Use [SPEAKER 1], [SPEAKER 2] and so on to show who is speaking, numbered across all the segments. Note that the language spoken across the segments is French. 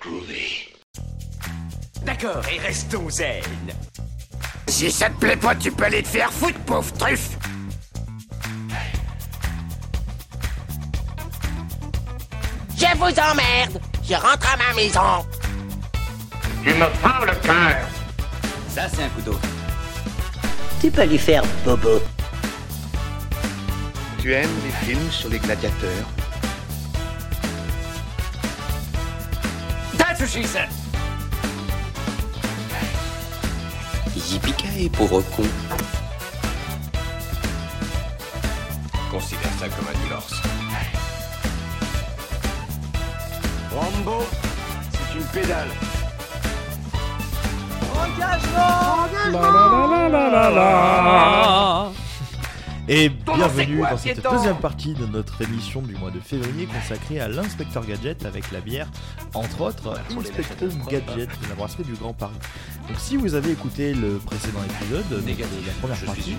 [SPEAKER 1] groovy.
[SPEAKER 2] D'accord, et restons zen.
[SPEAKER 3] Si ça te plaît pas, tu peux aller te faire foutre, pauvre truffe
[SPEAKER 4] Je vous emmerde Je rentre à ma maison
[SPEAKER 5] Tu me prends le cœur
[SPEAKER 6] Ça, c'est un couteau.
[SPEAKER 7] Tu peux lui faire bobo.
[SPEAKER 8] Tu aimes les films sur les gladiateurs
[SPEAKER 2] That's what she said
[SPEAKER 6] Yippee pauvre con.
[SPEAKER 9] Considère ça comme un divorce.
[SPEAKER 10] Rambo, c'est une pédale.
[SPEAKER 11] Engagement Et bienvenue dans cette deuxième partie de notre émission du mois de février consacrée à l'inspecteur Gadget avec la bière, entre autres Inspector
[SPEAKER 8] hein.
[SPEAKER 11] Gadget de la brasserie du Grand Paris. Donc si vous avez écouté le précédent épisode, donc, euh, la première partie,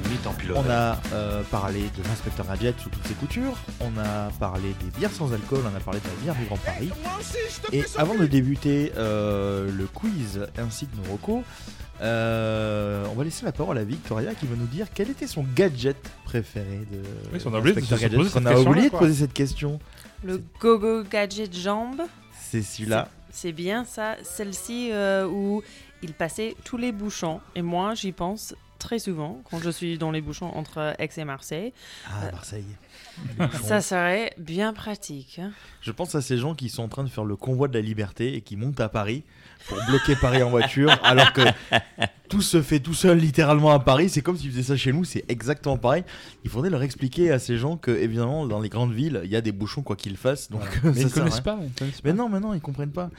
[SPEAKER 11] on a euh, parlé de l'inspecteur Gadget sous toutes ses coutures, on a parlé des bières sans alcool, on a parlé de la bière du Grand Paris. Et avant de débuter euh, le quiz ainsi que nos recos, euh, on va laisser la parole à Victoria qui va nous dire quel était son gadget préféré de
[SPEAKER 12] Oui, si on a oublié de
[SPEAKER 11] Inspecteur
[SPEAKER 12] se
[SPEAKER 11] Gadget,
[SPEAKER 12] poser
[SPEAKER 11] parce qu'on
[SPEAKER 12] cette
[SPEAKER 11] a oublié
[SPEAKER 12] question-là,
[SPEAKER 11] de
[SPEAKER 12] quoi.
[SPEAKER 11] poser cette question.
[SPEAKER 13] Le gogo gadget jambe,
[SPEAKER 11] C'est celui-là.
[SPEAKER 13] c'est bien ça. Celle-ci euh, où il passait tous les bouchons. Et moi, j'y pense très souvent quand je suis dans les bouchons entre Aix et Marseille.
[SPEAKER 11] Ah, Marseille.
[SPEAKER 13] Ça serait bien pratique. hein.
[SPEAKER 11] Je pense à ces gens qui sont en train de faire le convoi de la liberté et qui montent à Paris pour bloquer Paris en voiture, alors que tout se fait tout seul littéralement à Paris. C'est comme s'ils faisaient ça chez nous, c'est exactement pareil. Il faudrait leur expliquer à ces gens que, évidemment, dans les grandes villes, il y a des bouchons quoi qu'ils fassent. Donc,
[SPEAKER 12] Mais
[SPEAKER 11] ça
[SPEAKER 12] ils
[SPEAKER 11] sert à
[SPEAKER 12] connaissent
[SPEAKER 11] rien.
[SPEAKER 12] pas, ils connaissent
[SPEAKER 11] Mais non, mais non, ils comprennent pas.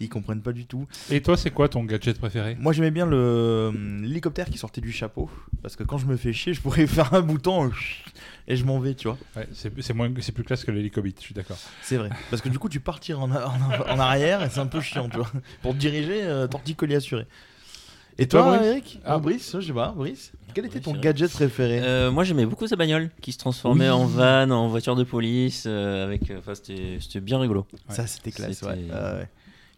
[SPEAKER 11] Ils comprennent pas du tout.
[SPEAKER 12] Et toi, c'est quoi ton gadget préféré
[SPEAKER 11] Moi j'aimais bien le hum, l'hélicoptère qui sortait du chapeau parce que quand je me fais chier, je pourrais faire un bouton et je m'en vais, tu vois.
[SPEAKER 12] Ouais, c'est c'est moins- c'est plus classe que l'hélicobite, je suis d'accord.
[SPEAKER 11] C'est vrai. Parce que du coup, tu partiras en, a- en a- en arrière et c'est un peu chiant, tu vois. Pour te diriger, euh, torticolis assuré. Et,
[SPEAKER 12] toi,
[SPEAKER 11] toi,
[SPEAKER 12] Brice
[SPEAKER 11] Eric Ah, Brice, je sais pas, Brice. Quel était ton gadget préféré
[SPEAKER 14] Euh, moi j'aimais beaucoup sa bagnole qui se transformait
[SPEAKER 11] Oui.
[SPEAKER 14] en van, en voiture de police, euh, avec, euh, enfin, c'était c'était bien rigolo.
[SPEAKER 11] Ça, c'était classe, ouais.
[SPEAKER 14] C'était-
[SPEAKER 11] Ah ouais.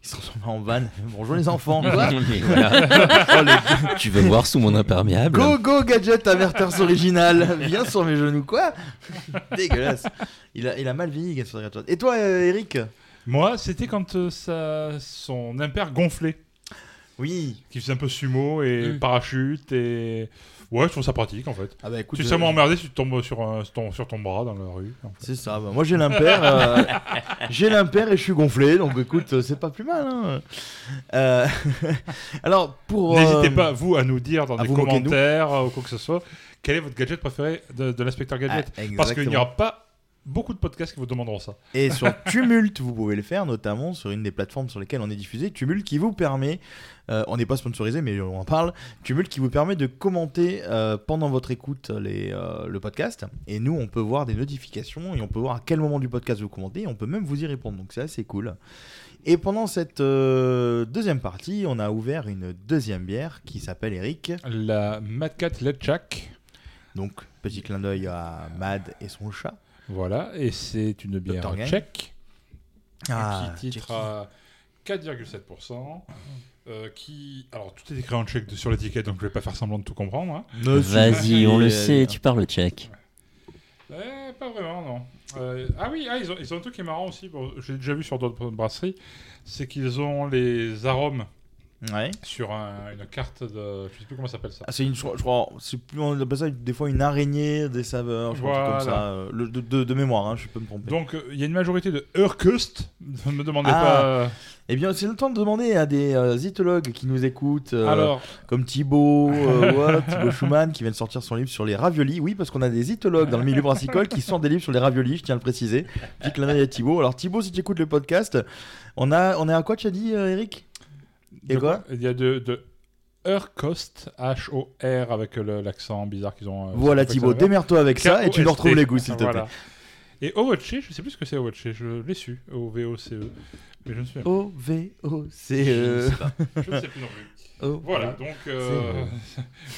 [SPEAKER 11] Ils se transforment en van. Bonjour les enfants.
[SPEAKER 14] Mais voilà. Oh, Tu veux voir sous mon imperméable
[SPEAKER 11] Go go gadget averters original. Viens sur mes genoux quoi Dégueulasse. Il a, il a mal vieilli Gadget Gadget. Et toi euh, Eric
[SPEAKER 12] Moi, c'était quand euh, ça- son imper gonflait.
[SPEAKER 11] Oui.
[SPEAKER 12] Qui faisait un peu sumo et
[SPEAKER 11] Mm.
[SPEAKER 12] parachute et. Ouais, je trouve ça pratique en fait.
[SPEAKER 11] Ah bah écoute,
[SPEAKER 12] tu sais
[SPEAKER 11] euh,
[SPEAKER 12] seulement emmerdé si tu tombes sur, un- sur ton, sur ton bras dans la rue.
[SPEAKER 11] C'est ça, bah, moi j'ai l'impair, euh, j'ai l'impair et je suis gonflé, donc écoute, euh, c'est pas plus mal. hein. Euh, alors pour,
[SPEAKER 12] N'hésitez
[SPEAKER 11] euh,
[SPEAKER 12] pas, vous, à nous dire dans
[SPEAKER 11] à
[SPEAKER 12] des
[SPEAKER 11] vous moquer de nous.
[SPEAKER 12] commentaires euh, ou quoi que ce soit, quel est votre gadget préféré de, de l'inspecteur Gadget
[SPEAKER 11] Ah,
[SPEAKER 12] Parce qu'il n'y
[SPEAKER 11] exactement.
[SPEAKER 12] aura pas beaucoup de podcasts qui vous demanderont ça.
[SPEAKER 11] Et sur Tumult, vous pouvez le faire, notamment sur une des plateformes sur lesquelles on est diffusé. Tumult qui vous permet, euh, on n'est pas sponsorisé, mais on en parle. Tumult qui vous permet de commenter euh, pendant votre écoute les, euh, le podcast. Et nous, on peut voir des notifications et on peut voir à quel moment du podcast vous commentez. Et on peut même vous y répondre. Donc c'est assez cool. Et pendant cette euh, deuxième partie, on a ouvert une deuxième bière qui s'appelle Eric.
[SPEAKER 12] La Mad Cat Lechak.
[SPEAKER 11] Donc, petit clin d'œil à Mad et son chat.
[SPEAKER 12] Voilà, et c'est une bière
[SPEAKER 11] Dr. Gang.
[SPEAKER 12] tchèque
[SPEAKER 11] Ah,
[SPEAKER 12] qui titre à 4,7%. euh, qui... Alors, tout est écrit en tchèque sur l'étiquette, donc je vais pas faire semblant de tout comprendre. hein.
[SPEAKER 11] Ah,
[SPEAKER 14] Vas-y, on
[SPEAKER 11] euh,
[SPEAKER 14] le sait, tu parles tchèque.
[SPEAKER 12] Eh, pas vraiment, non. Euh, ah oui, ah, ils, ont, ils ont un truc qui est marrant aussi, bon, j'ai déjà vu sur d'autres brasseries, c'est qu'ils ont les arômes
[SPEAKER 11] Ouais.
[SPEAKER 12] sur un- une carte de... Je sais plus comment ça s'appelle ça.
[SPEAKER 11] Ah, c'est une, je crois, je crois- c'est plus, on appelle ça des fois une araignée des saveurs, je crois, un truc comme
[SPEAKER 12] Voilà.
[SPEAKER 11] ça, euh, le- de, de- de mémoire, hein, je peux me tromper.
[SPEAKER 12] Donc, euh, il y a une majorité de Urkust. Ne me demandez
[SPEAKER 11] Ah.
[SPEAKER 12] pas... euh,
[SPEAKER 11] Eh bien, c'est le temps de demander à des euh, zytologues qui nous écoutent, euh,
[SPEAKER 12] Alors.
[SPEAKER 11] comme Thibaut, euh, voilà, Thibaut Schumann, qui vient de sortir son livre sur les raviolis. Oui, parce qu'on a des zytologues dans le milieu brassicole qui sortent des livres sur les raviolis, je tiens à le préciser. Petit clin d'œil à Thibaut. Alors, Thibaut, si tu écoutes le podcast, on, a, on est à quoi tu as dit, euh, Eric Et
[SPEAKER 12] de
[SPEAKER 11] quoi
[SPEAKER 12] Il y a de... de Urkost, H-O-R, avec le- l'accent bizarre qu'ils ont. euh,
[SPEAKER 11] Voilà,
[SPEAKER 12] sur le
[SPEAKER 11] Thibaut,
[SPEAKER 12] Kickstarter.
[SPEAKER 11] démerde-toi avec ça et tu nous
[SPEAKER 12] K-O-S-T.
[SPEAKER 11] retrouves les goûts, s'il te plaît.
[SPEAKER 12] Voilà. Et Ovoce, je sais plus ce que c'est Ovoce, je l'ai su, O-V-O-C-E, E. mais je ne sais
[SPEAKER 11] O, V, O, C, E.
[SPEAKER 12] Je ne sais plus non plus.
[SPEAKER 11] O, E.
[SPEAKER 12] voilà,
[SPEAKER 11] V,
[SPEAKER 12] donc euh,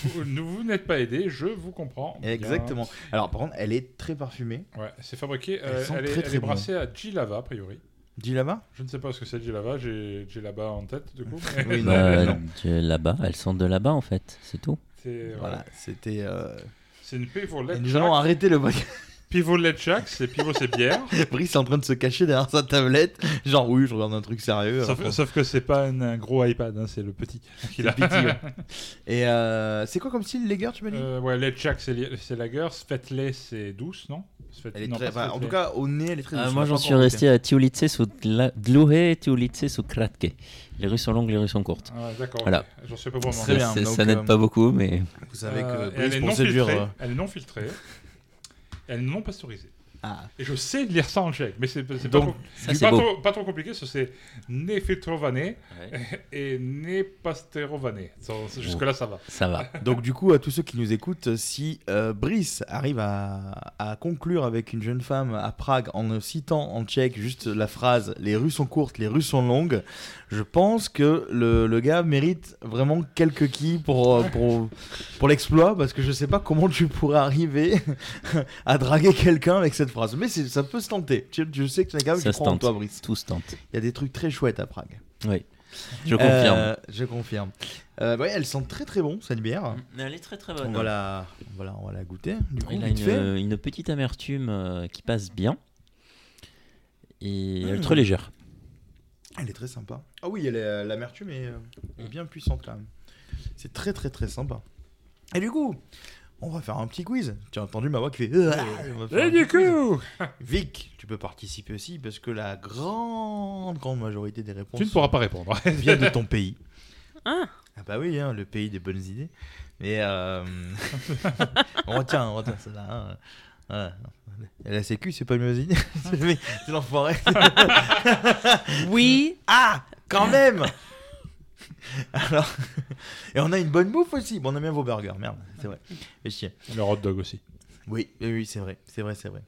[SPEAKER 12] vous, nous- vous n'êtes pas aidé, je vous comprends. bien.
[SPEAKER 11] Exactement. Alors, par contre, elle est très parfumée.
[SPEAKER 12] Ouais, c'est fabriqué, euh,
[SPEAKER 11] Elles sont
[SPEAKER 12] elle, est,
[SPEAKER 11] très,
[SPEAKER 12] elle
[SPEAKER 11] très
[SPEAKER 12] est brassée à Gilava, a priori.
[SPEAKER 11] Jilava
[SPEAKER 12] Je ne sais pas ce que c'est Jilava, j'ai Jilava en tête du coup. mais-
[SPEAKER 11] Oui,
[SPEAKER 14] Bah,
[SPEAKER 11] non.
[SPEAKER 14] là-bas, elles sont de là-bas en fait, c'est tout.
[SPEAKER 12] C'est-
[SPEAKER 11] Voilà, c'était. euh,
[SPEAKER 12] C'est une pivot
[SPEAKER 11] Et
[SPEAKER 12] led
[SPEAKER 11] nous allons arrêter le podcast.
[SPEAKER 12] Pivot led shack, c'est pivot c'est bière.
[SPEAKER 11] Brice est en train de se cacher derrière sa tablette. Genre, oui, je regarde un truc sérieux.
[SPEAKER 12] sauf,
[SPEAKER 11] Alors,
[SPEAKER 12] sauf que c'est pas un, un gros iPad, hein, c'est le petit qu'il a.
[SPEAKER 11] c'est pitié, ouais. Et euh, c'est quoi comme style, les gars, tu m'as dit
[SPEAKER 12] Euh, ouais, led shack c'est li- c'est lager, Svetlé c'est douce, non Svet-
[SPEAKER 11] Elle est
[SPEAKER 12] non,
[SPEAKER 11] très- enfin,
[SPEAKER 12] pas
[SPEAKER 11] En
[SPEAKER 12] Svetlé.
[SPEAKER 11] tout cas, au nez, elle est très
[SPEAKER 12] Euh,
[SPEAKER 14] Ah,
[SPEAKER 11] douce.
[SPEAKER 14] moi,
[SPEAKER 11] On
[SPEAKER 14] j'en
[SPEAKER 11] l'a pas
[SPEAKER 14] suis
[SPEAKER 11] encore
[SPEAKER 14] resté
[SPEAKER 11] goûté.
[SPEAKER 14] à Tiulitse sous Dla- Dlouhé, Tiulitse sous Kratke. Les rues sont longues, les rues sont courtes.
[SPEAKER 12] Ah, D'accord,
[SPEAKER 14] Voilà.
[SPEAKER 12] ok. j'en sais pas vraiment.
[SPEAKER 11] Très bien,
[SPEAKER 14] C'est-
[SPEAKER 11] donc,
[SPEAKER 14] ça
[SPEAKER 11] euh,
[SPEAKER 14] n'aide pas beaucoup, mais
[SPEAKER 11] Vous savez
[SPEAKER 12] Euh,
[SPEAKER 11] que Brice,
[SPEAKER 12] et elle, est
[SPEAKER 11] pour
[SPEAKER 12] non
[SPEAKER 11] séduire.
[SPEAKER 12] filtrée,
[SPEAKER 11] euh,
[SPEAKER 12] elle est non filtrée, elle est non pasteurisée.
[SPEAKER 11] Ah.
[SPEAKER 12] Et je sais lire ça en tchèque, mais c'est c'est pas,
[SPEAKER 11] Donc,
[SPEAKER 12] trop-
[SPEAKER 14] ça,
[SPEAKER 12] du-
[SPEAKER 14] c'est
[SPEAKER 12] pas,
[SPEAKER 14] beau.
[SPEAKER 12] trop- pas trop compliqué, parce que c'est né filtrované et né pasteurované. So, c'est- Jusque-là, ça va.
[SPEAKER 14] ça va.
[SPEAKER 11] Donc du coup, à tous ceux qui nous écoutent, si euh, Brice arrive à, à conclure avec une jeune femme à Prague en euh, citant en tchèque juste la phrase « les rues sont courtes, les rues sont longues », je pense que le, le gars mérite vraiment quelques quilles pour, euh, pour, pour l'exploit, parce que je sais pas comment tu pourrais arriver à draguer quelqu'un avec cette phrase. Mais c'est- ça peut se tenter. Tu, tu sais que tu es capable,
[SPEAKER 14] Ça
[SPEAKER 11] je
[SPEAKER 14] se
[SPEAKER 11] crois en
[SPEAKER 14] tente.
[SPEAKER 11] toi, Brice.
[SPEAKER 14] Tout se tente.
[SPEAKER 11] Il y a des trucs très chouettes à Prague.
[SPEAKER 14] Oui, je confirme.
[SPEAKER 11] Euh, je confirme. Euh, ouais, elle sent très très bon cette bière.
[SPEAKER 14] Elle est très très
[SPEAKER 11] On va, la, on, va la, on va la goûter, du coup,
[SPEAKER 14] hein. Il a
[SPEAKER 11] vite fait.
[SPEAKER 14] une, euh, une petite amertume euh, qui passe bien.
[SPEAKER 11] Ah.
[SPEAKER 14] Et elle est très légère.
[SPEAKER 11] Elle est très sympa. Ah oui, elle est, euh, l'amertume est, euh, est bien puissante quand même. C'est très très très sympa. Et du coup, on va faire un petit quiz. Tu as entendu ma voix qui fait... euh, On va faire un
[SPEAKER 12] Et du
[SPEAKER 11] petit quiz.
[SPEAKER 12] coup,
[SPEAKER 11] Vic, tu peux participer aussi parce que la grande grande majorité des réponses
[SPEAKER 12] tu ne pourras pas répondre.
[SPEAKER 11] vient de ton pays.
[SPEAKER 13] Ah.
[SPEAKER 11] Ah bah oui, hein, le pays des bonnes idées. Mais euh... on retient, on retient celle-là. hein. Voilà. Et La sécu, c'est pas une mauvaise idée. C'est c'est l'enfoiré.
[SPEAKER 13] Oui,
[SPEAKER 11] Ah, quand même Alors, et on a une bonne bouffe aussi. Bon, on aime bien vos burgers, merde, c'est vrai. Mais chier.
[SPEAKER 12] Le hot dog aussi.
[SPEAKER 11] Oui, oui, oui, c'est vrai, c'est vrai, c'est vrai.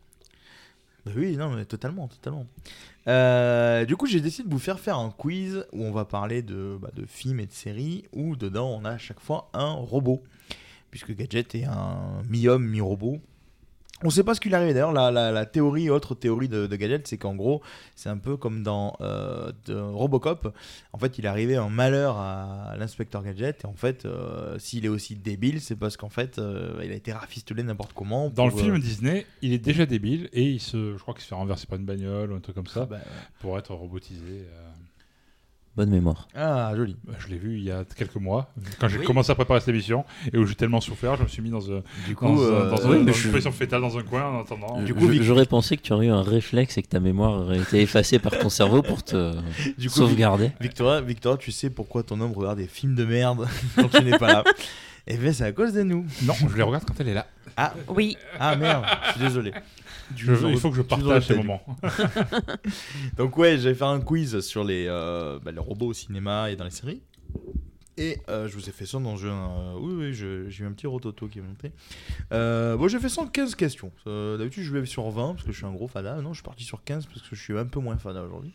[SPEAKER 11] Bah oui, non, mais totalement, totalement. Euh, du coup, j'ai décidé de vous faire faire un quiz où on va parler de, bah, de films et de séries où dedans on a à chaque fois un robot. Puisque Gadget est un mi-homme, mi-robot. On sait pas ce qu'il arrive. D'ailleurs, la, la, la théorie, autre théorie de, de Gadget, c'est qu'en gros, c'est un peu comme dans euh, de Robocop. En fait, il arrivait un malheur à l'inspecteur Gadget. Et en fait, euh, s'il est aussi débile, c'est parce qu'en fait, euh, il a été rafistolé n'importe comment.
[SPEAKER 12] Dans le
[SPEAKER 11] pour,
[SPEAKER 12] film
[SPEAKER 11] euh,
[SPEAKER 12] Disney, il est déjà débile et il se, je crois qu'il se fait renverser par une bagnole ou un truc comme ça
[SPEAKER 11] bah,
[SPEAKER 12] pour être robotisé. euh.
[SPEAKER 14] Bonne mémoire.
[SPEAKER 11] Ah, joli.
[SPEAKER 12] Bah, Je l'ai vu il y a quelques mois quand j'ai
[SPEAKER 11] Oui.
[SPEAKER 12] commencé à préparer cette émission et où j'ai tellement souffert, je me suis mis dans, un-
[SPEAKER 11] Du coup,
[SPEAKER 12] dans, un-
[SPEAKER 11] euh,
[SPEAKER 12] dans un-
[SPEAKER 14] oui, mais
[SPEAKER 12] dans
[SPEAKER 14] je-
[SPEAKER 12] une position fétale dans un coin en attendant.
[SPEAKER 11] Du
[SPEAKER 14] Je-
[SPEAKER 11] coup, Vic-
[SPEAKER 14] j'aurais pensé que tu aurais eu un réflexe et que ta mémoire aurait été effacée par ton cerveau pour te
[SPEAKER 11] du coup, Vic-
[SPEAKER 14] sauvegarder.
[SPEAKER 11] Victoria, Victoria, tu sais pourquoi ton homme regarde des films de merde quand tu n'es pas là. Eh bien, c'est à cause de nous.
[SPEAKER 12] Non, je les regarde quand elle est là.
[SPEAKER 11] Ah,
[SPEAKER 13] oui.
[SPEAKER 11] ah merde, je suis désolé.
[SPEAKER 12] Je- il faut que je
[SPEAKER 11] Tu nous aurais
[SPEAKER 12] partage ces
[SPEAKER 11] pas dû.
[SPEAKER 12] moments.
[SPEAKER 11] Donc ouais, je vais faire un quiz sur les, euh, bah, les robots au cinéma et dans les séries. Et euh, je vous ai fait ça dans un jeu... euh, oui, oui, je- j'ai eu un petit rototo qui est monté. Euh, bon, j'ai fait ça en 15 questions. Euh, D'habitude, je vais sur 20 parce que je suis un gros fada. Non, je suis parti sur 15 parce que je suis un peu moins fada aujourd'hui.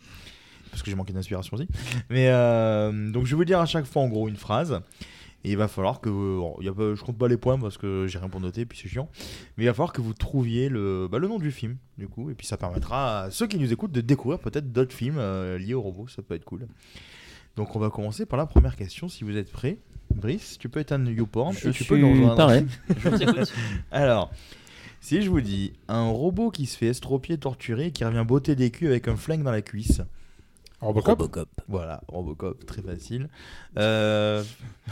[SPEAKER 11] Parce que j'ai manqué d'inspiration aussi. Mais euh, donc, je vais vous dire à chaque fois, en gros, une phrase. Et il va falloir que... Vous... il y a pas- je compte pas les points parce que j'ai rien pour noter, puis c'est chiant. Mais il va falloir que vous trouviez le, bah, le nom du film, du coup. Et puis ça permettra à ceux qui nous écoutent de découvrir peut-être d'autres films euh, liés aux robots. Ça peut être cool. Donc on va commencer par la première question, si vous êtes prêts. Brice, tu peux éteindre YouPorn et tu peux nous rejoindre.
[SPEAKER 14] pareil. Je vous écoute.
[SPEAKER 11] Alors, si je vous dis un robot qui se fait estropier, torturer, et qui revient botter des culs avec un flingue dans la cuisse.
[SPEAKER 12] Robocop
[SPEAKER 11] Voilà, Robocop, très facile. Euh,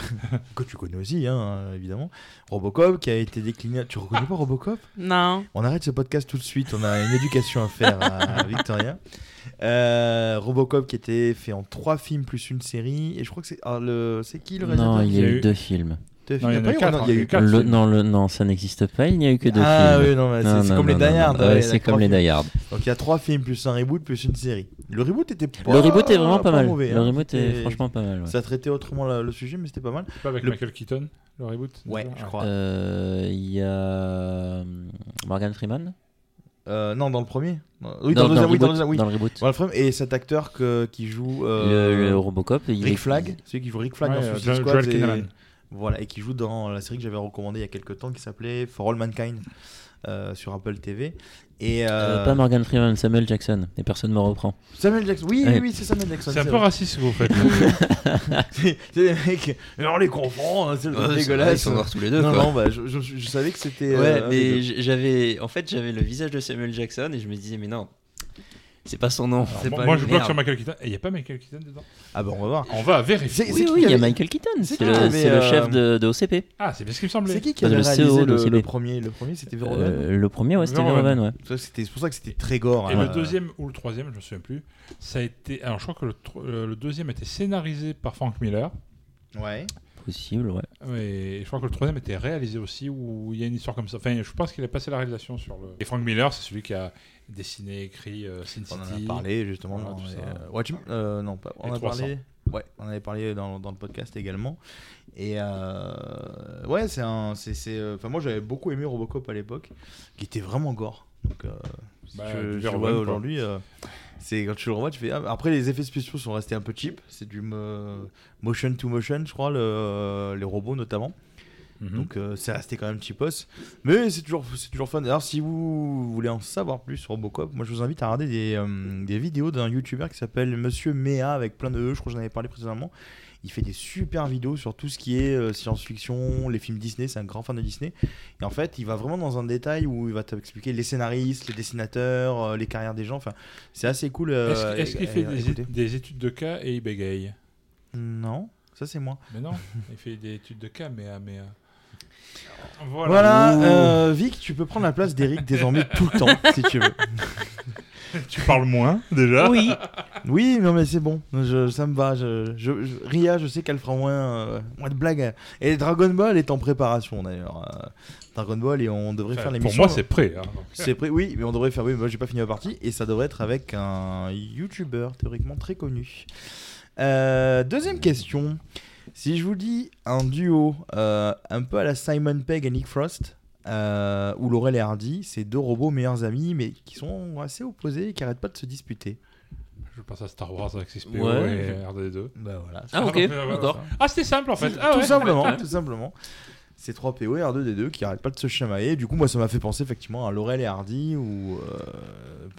[SPEAKER 11] que tu connais aussi, hein, évidemment. Robocop qui a été décliné. Tu reconnais pas Robocop
[SPEAKER 13] Non.
[SPEAKER 11] on arrête ce podcast tout de suite, on a une éducation à faire à Victoria. Euh, Robocop qui était fait en trois films plus une série, et je crois que c'est. ah, le... C'est qui le réalisateur
[SPEAKER 14] Non, il y a
[SPEAKER 12] Il y a
[SPEAKER 14] eu
[SPEAKER 12] eu-
[SPEAKER 14] deux films.
[SPEAKER 11] Deux
[SPEAKER 12] Non, il y en a
[SPEAKER 11] Après, on
[SPEAKER 12] quatre, hein,
[SPEAKER 11] il y a eu-
[SPEAKER 12] quatre
[SPEAKER 14] Le-
[SPEAKER 12] films.
[SPEAKER 14] non, le- non, ça n'existe pas, il n'y a eu que deux
[SPEAKER 11] Ah
[SPEAKER 14] films.
[SPEAKER 11] oui, non, mais
[SPEAKER 14] Non,
[SPEAKER 11] c'est c'est
[SPEAKER 14] non,
[SPEAKER 11] comme les
[SPEAKER 14] non,
[SPEAKER 11] Die
[SPEAKER 14] non,
[SPEAKER 11] Hard,
[SPEAKER 14] non.
[SPEAKER 11] ouais,
[SPEAKER 14] Ouais,
[SPEAKER 11] il y en a
[SPEAKER 14] c'est
[SPEAKER 11] trois
[SPEAKER 14] comme les
[SPEAKER 11] films.
[SPEAKER 14] Die Hard.
[SPEAKER 11] Donc il y a trois films plus un reboot plus une série. Le reboot était pas
[SPEAKER 14] Le reboot est vraiment pas, mal.
[SPEAKER 11] mauvais,
[SPEAKER 14] le
[SPEAKER 11] hein,
[SPEAKER 14] reboot est
[SPEAKER 11] c'était-
[SPEAKER 14] franchement pas mal. ouais.
[SPEAKER 11] Ça traitait autrement la- le sujet, mais c'était pas mal.
[SPEAKER 12] C'est pas avec
[SPEAKER 11] Le-
[SPEAKER 12] Michael Keaton, le reboot
[SPEAKER 11] Ouais,
[SPEAKER 12] déjà Ah,
[SPEAKER 11] je crois.
[SPEAKER 14] Euh, Il y a euh, Morgan Freeman
[SPEAKER 11] Euh, non, dans le premier. Oui, dans, le,
[SPEAKER 14] le
[SPEAKER 11] deuxième, oui, dans le
[SPEAKER 14] reboot,
[SPEAKER 11] deuxième, oui.
[SPEAKER 14] dans le reboot.
[SPEAKER 11] Dans le premier. Et cet acteur que- qui joue. euh,
[SPEAKER 14] Le, le Robocop, il est-
[SPEAKER 11] Rick Flag, celui qui joue Rick Flag
[SPEAKER 12] Ouais,
[SPEAKER 11] dans
[SPEAKER 12] euh,
[SPEAKER 11] Suicide
[SPEAKER 12] Jo-
[SPEAKER 11] Squad. et-
[SPEAKER 12] Joel Kinnaman.
[SPEAKER 11] Voilà, et qui joue dans la série que j'avais recommandée il y a quelques temps qui s'appelait For All Mankind. euh, sur Apple TV. Et,
[SPEAKER 14] Euh, pas Morgan Freeman, Samuel Jackson. Et personne me reprend.
[SPEAKER 11] Samuel Jackson, oui, oui, oui, c'est Samuel Jackson.
[SPEAKER 12] C'est un
[SPEAKER 11] c'est
[SPEAKER 12] peu
[SPEAKER 11] vrai.
[SPEAKER 12] raciste ce que vous faites.
[SPEAKER 11] c'est c'est des mecs, mais on les confond, hein, c'est le
[SPEAKER 14] Ouais, c'est
[SPEAKER 11] dégueulasse.
[SPEAKER 14] vrai, ils sont noirs tous les deux,
[SPEAKER 11] Non,
[SPEAKER 14] quoi.
[SPEAKER 11] non, bah, je, je- je savais que c'était.
[SPEAKER 14] Ouais,
[SPEAKER 11] euh, un des
[SPEAKER 14] mais
[SPEAKER 11] deux.
[SPEAKER 14] j- j'avais. En fait, j'avais le visage de Samuel Jackson et je me disais, mais non, c'est pas son nom.
[SPEAKER 12] Alors,
[SPEAKER 14] c'est
[SPEAKER 12] moi,
[SPEAKER 14] pas
[SPEAKER 12] moi,
[SPEAKER 14] lui,
[SPEAKER 12] je bloque
[SPEAKER 14] merde.
[SPEAKER 12] sur Michael Keaton. Et il n'y a pas Michael Keaton dedans
[SPEAKER 11] Ah bah on va voir.
[SPEAKER 12] On va vérifier.
[SPEAKER 11] C'est-
[SPEAKER 14] Oui,
[SPEAKER 11] qui
[SPEAKER 14] oui, il
[SPEAKER 11] qui
[SPEAKER 14] y a
[SPEAKER 11] avait-
[SPEAKER 14] Michael Keaton.
[SPEAKER 11] c'est
[SPEAKER 14] C'est
[SPEAKER 11] qui
[SPEAKER 14] le,
[SPEAKER 11] qui avait,
[SPEAKER 14] c'est le chef
[SPEAKER 11] euh,
[SPEAKER 14] de, de OCP.
[SPEAKER 12] Ah, c'est bien ce qui me semblait.
[SPEAKER 11] C'est qui qui
[SPEAKER 14] Pas de
[SPEAKER 11] avait
[SPEAKER 14] le E
[SPEAKER 11] réalisé
[SPEAKER 14] CO,
[SPEAKER 11] le,
[SPEAKER 14] l'OCB.
[SPEAKER 11] le premier Le premier, c'était Verhoeven.
[SPEAKER 14] Euh, le premier, ouais, c'était
[SPEAKER 12] Verhoeven.
[SPEAKER 14] Verhoeven, ouais.
[SPEAKER 11] Ça, c'était- C'est pour ça que c'était très gore.
[SPEAKER 12] Et
[SPEAKER 11] hein.
[SPEAKER 12] le deuxième ou le troisième, je me souviens plus, ça a été. Alors, je crois que le, tro- euh, le deuxième était scénarisé par Frank Miller.
[SPEAKER 11] Ouais.
[SPEAKER 14] Possible, ouais.
[SPEAKER 12] Et je crois que le troisième était réalisé aussi, où il y a une histoire comme ça. Enfin, je pense qu'il a passé la réalisation sur le. Et Frank Miller, c'est celui qui a dessiné, écrit euh, Sin
[SPEAKER 11] On en
[SPEAKER 12] City.
[SPEAKER 11] a parlé justement
[SPEAKER 12] Voilà,
[SPEAKER 11] dans
[SPEAKER 12] tout
[SPEAKER 11] les,
[SPEAKER 12] ça.
[SPEAKER 11] euh, Watchmen- euh, non, pas. On
[SPEAKER 12] Les
[SPEAKER 11] a
[SPEAKER 12] 300.
[SPEAKER 11] parlé. Ouais, on avait parlé dans, dans le podcast également. Et euh, ouais, c'est un, c'est, c'est, euh, enfin moi j'avais beaucoup aimé Robocop à l'époque, qui était vraiment gore. Donc euh, si
[SPEAKER 12] Bah,
[SPEAKER 11] je-
[SPEAKER 12] du
[SPEAKER 11] je,
[SPEAKER 12] Verhoeven,
[SPEAKER 11] vois
[SPEAKER 12] quoi.
[SPEAKER 11] aujourd'hui, euh, c'est quand tu le revois, tu fais. ah, Après les effets spéciaux sont restés un peu cheap. C'est du mo- motion to motion, je crois, le- euh, les robots notamment.
[SPEAKER 12] Mhm.
[SPEAKER 11] Donc euh, c'est resté quand même cheapos. Mais c'est toujours, c'est toujours fun. D'ailleurs, si vous voulez en savoir plus sur Robocop, moi je vous invite à regarder des, euh, des vidéos d'un youtubeur qui s'appelle Monsieur Méa avec plein de E, je crois que j'en avais parlé précédemment. Il fait des super vidéos sur tout ce qui est euh, science-fiction, les films Disney, c'est un grand fan de Disney. Et en fait, il va vraiment dans un détail où il va t'expliquer les scénaristes, les dessinateurs, euh, les carrières des gens. Enfin, c'est assez cool. euh,
[SPEAKER 12] Est-ce que- est-ce qu'il
[SPEAKER 11] à-
[SPEAKER 12] fait
[SPEAKER 11] à
[SPEAKER 12] des,
[SPEAKER 11] écouter.
[SPEAKER 12] des études de cas et il bégaye
[SPEAKER 11] Non, ça c'est moi.
[SPEAKER 12] Mais non, il fait des études de cas, mais. ah, mais euh, Voilà.
[SPEAKER 11] Voilà,
[SPEAKER 14] Ouh.
[SPEAKER 11] euh, Vic, tu peux prendre la place d'Eric désormais tout le temps, si tu veux.
[SPEAKER 12] tu parles moins, déjà.
[SPEAKER 14] Oui.
[SPEAKER 11] Oui, non, mais c'est bon, Je- ça me va. Je, je- je- Ria, je sais qu'elle fera moins, euh, moins de blagues. Et Dragon Ball est en préparation d'ailleurs. euh, Dragon Ball, et on devrait faire
[SPEAKER 12] Enfin, pour
[SPEAKER 11] l'émission.
[SPEAKER 12] moi, c'est prêt. hein.
[SPEAKER 11] C'est prêt, oui, mais on devrait faire. Oui, moi j'ai pas fini ma partie et ça devrait être avec un YouTuber théoriquement très connu. Euh, deuxième question. Si je vous dis un duo euh, un peu à la Simon Pegg et Nick Frost, euh, ou Laurel et Hardy, c'est deux robots meilleurs amis, mais qui sont assez opposés et qui arrêtent pas de se disputer.
[SPEAKER 12] Je pense à Star Wars avec XPO
[SPEAKER 14] Ouais.
[SPEAKER 12] et RD2.
[SPEAKER 11] Bah voilà.
[SPEAKER 14] Ah, ok, d'accord.
[SPEAKER 12] Ah, c'était simple en fait. Ah
[SPEAKER 11] tout
[SPEAKER 12] ouais.
[SPEAKER 11] simplement, tout simplement. C'est 3 PO et R2D2 qui arrêtent pas de se chamailler. Du coup, moi, ça m'a fait penser effectivement à Laurel et Hardy ou euh,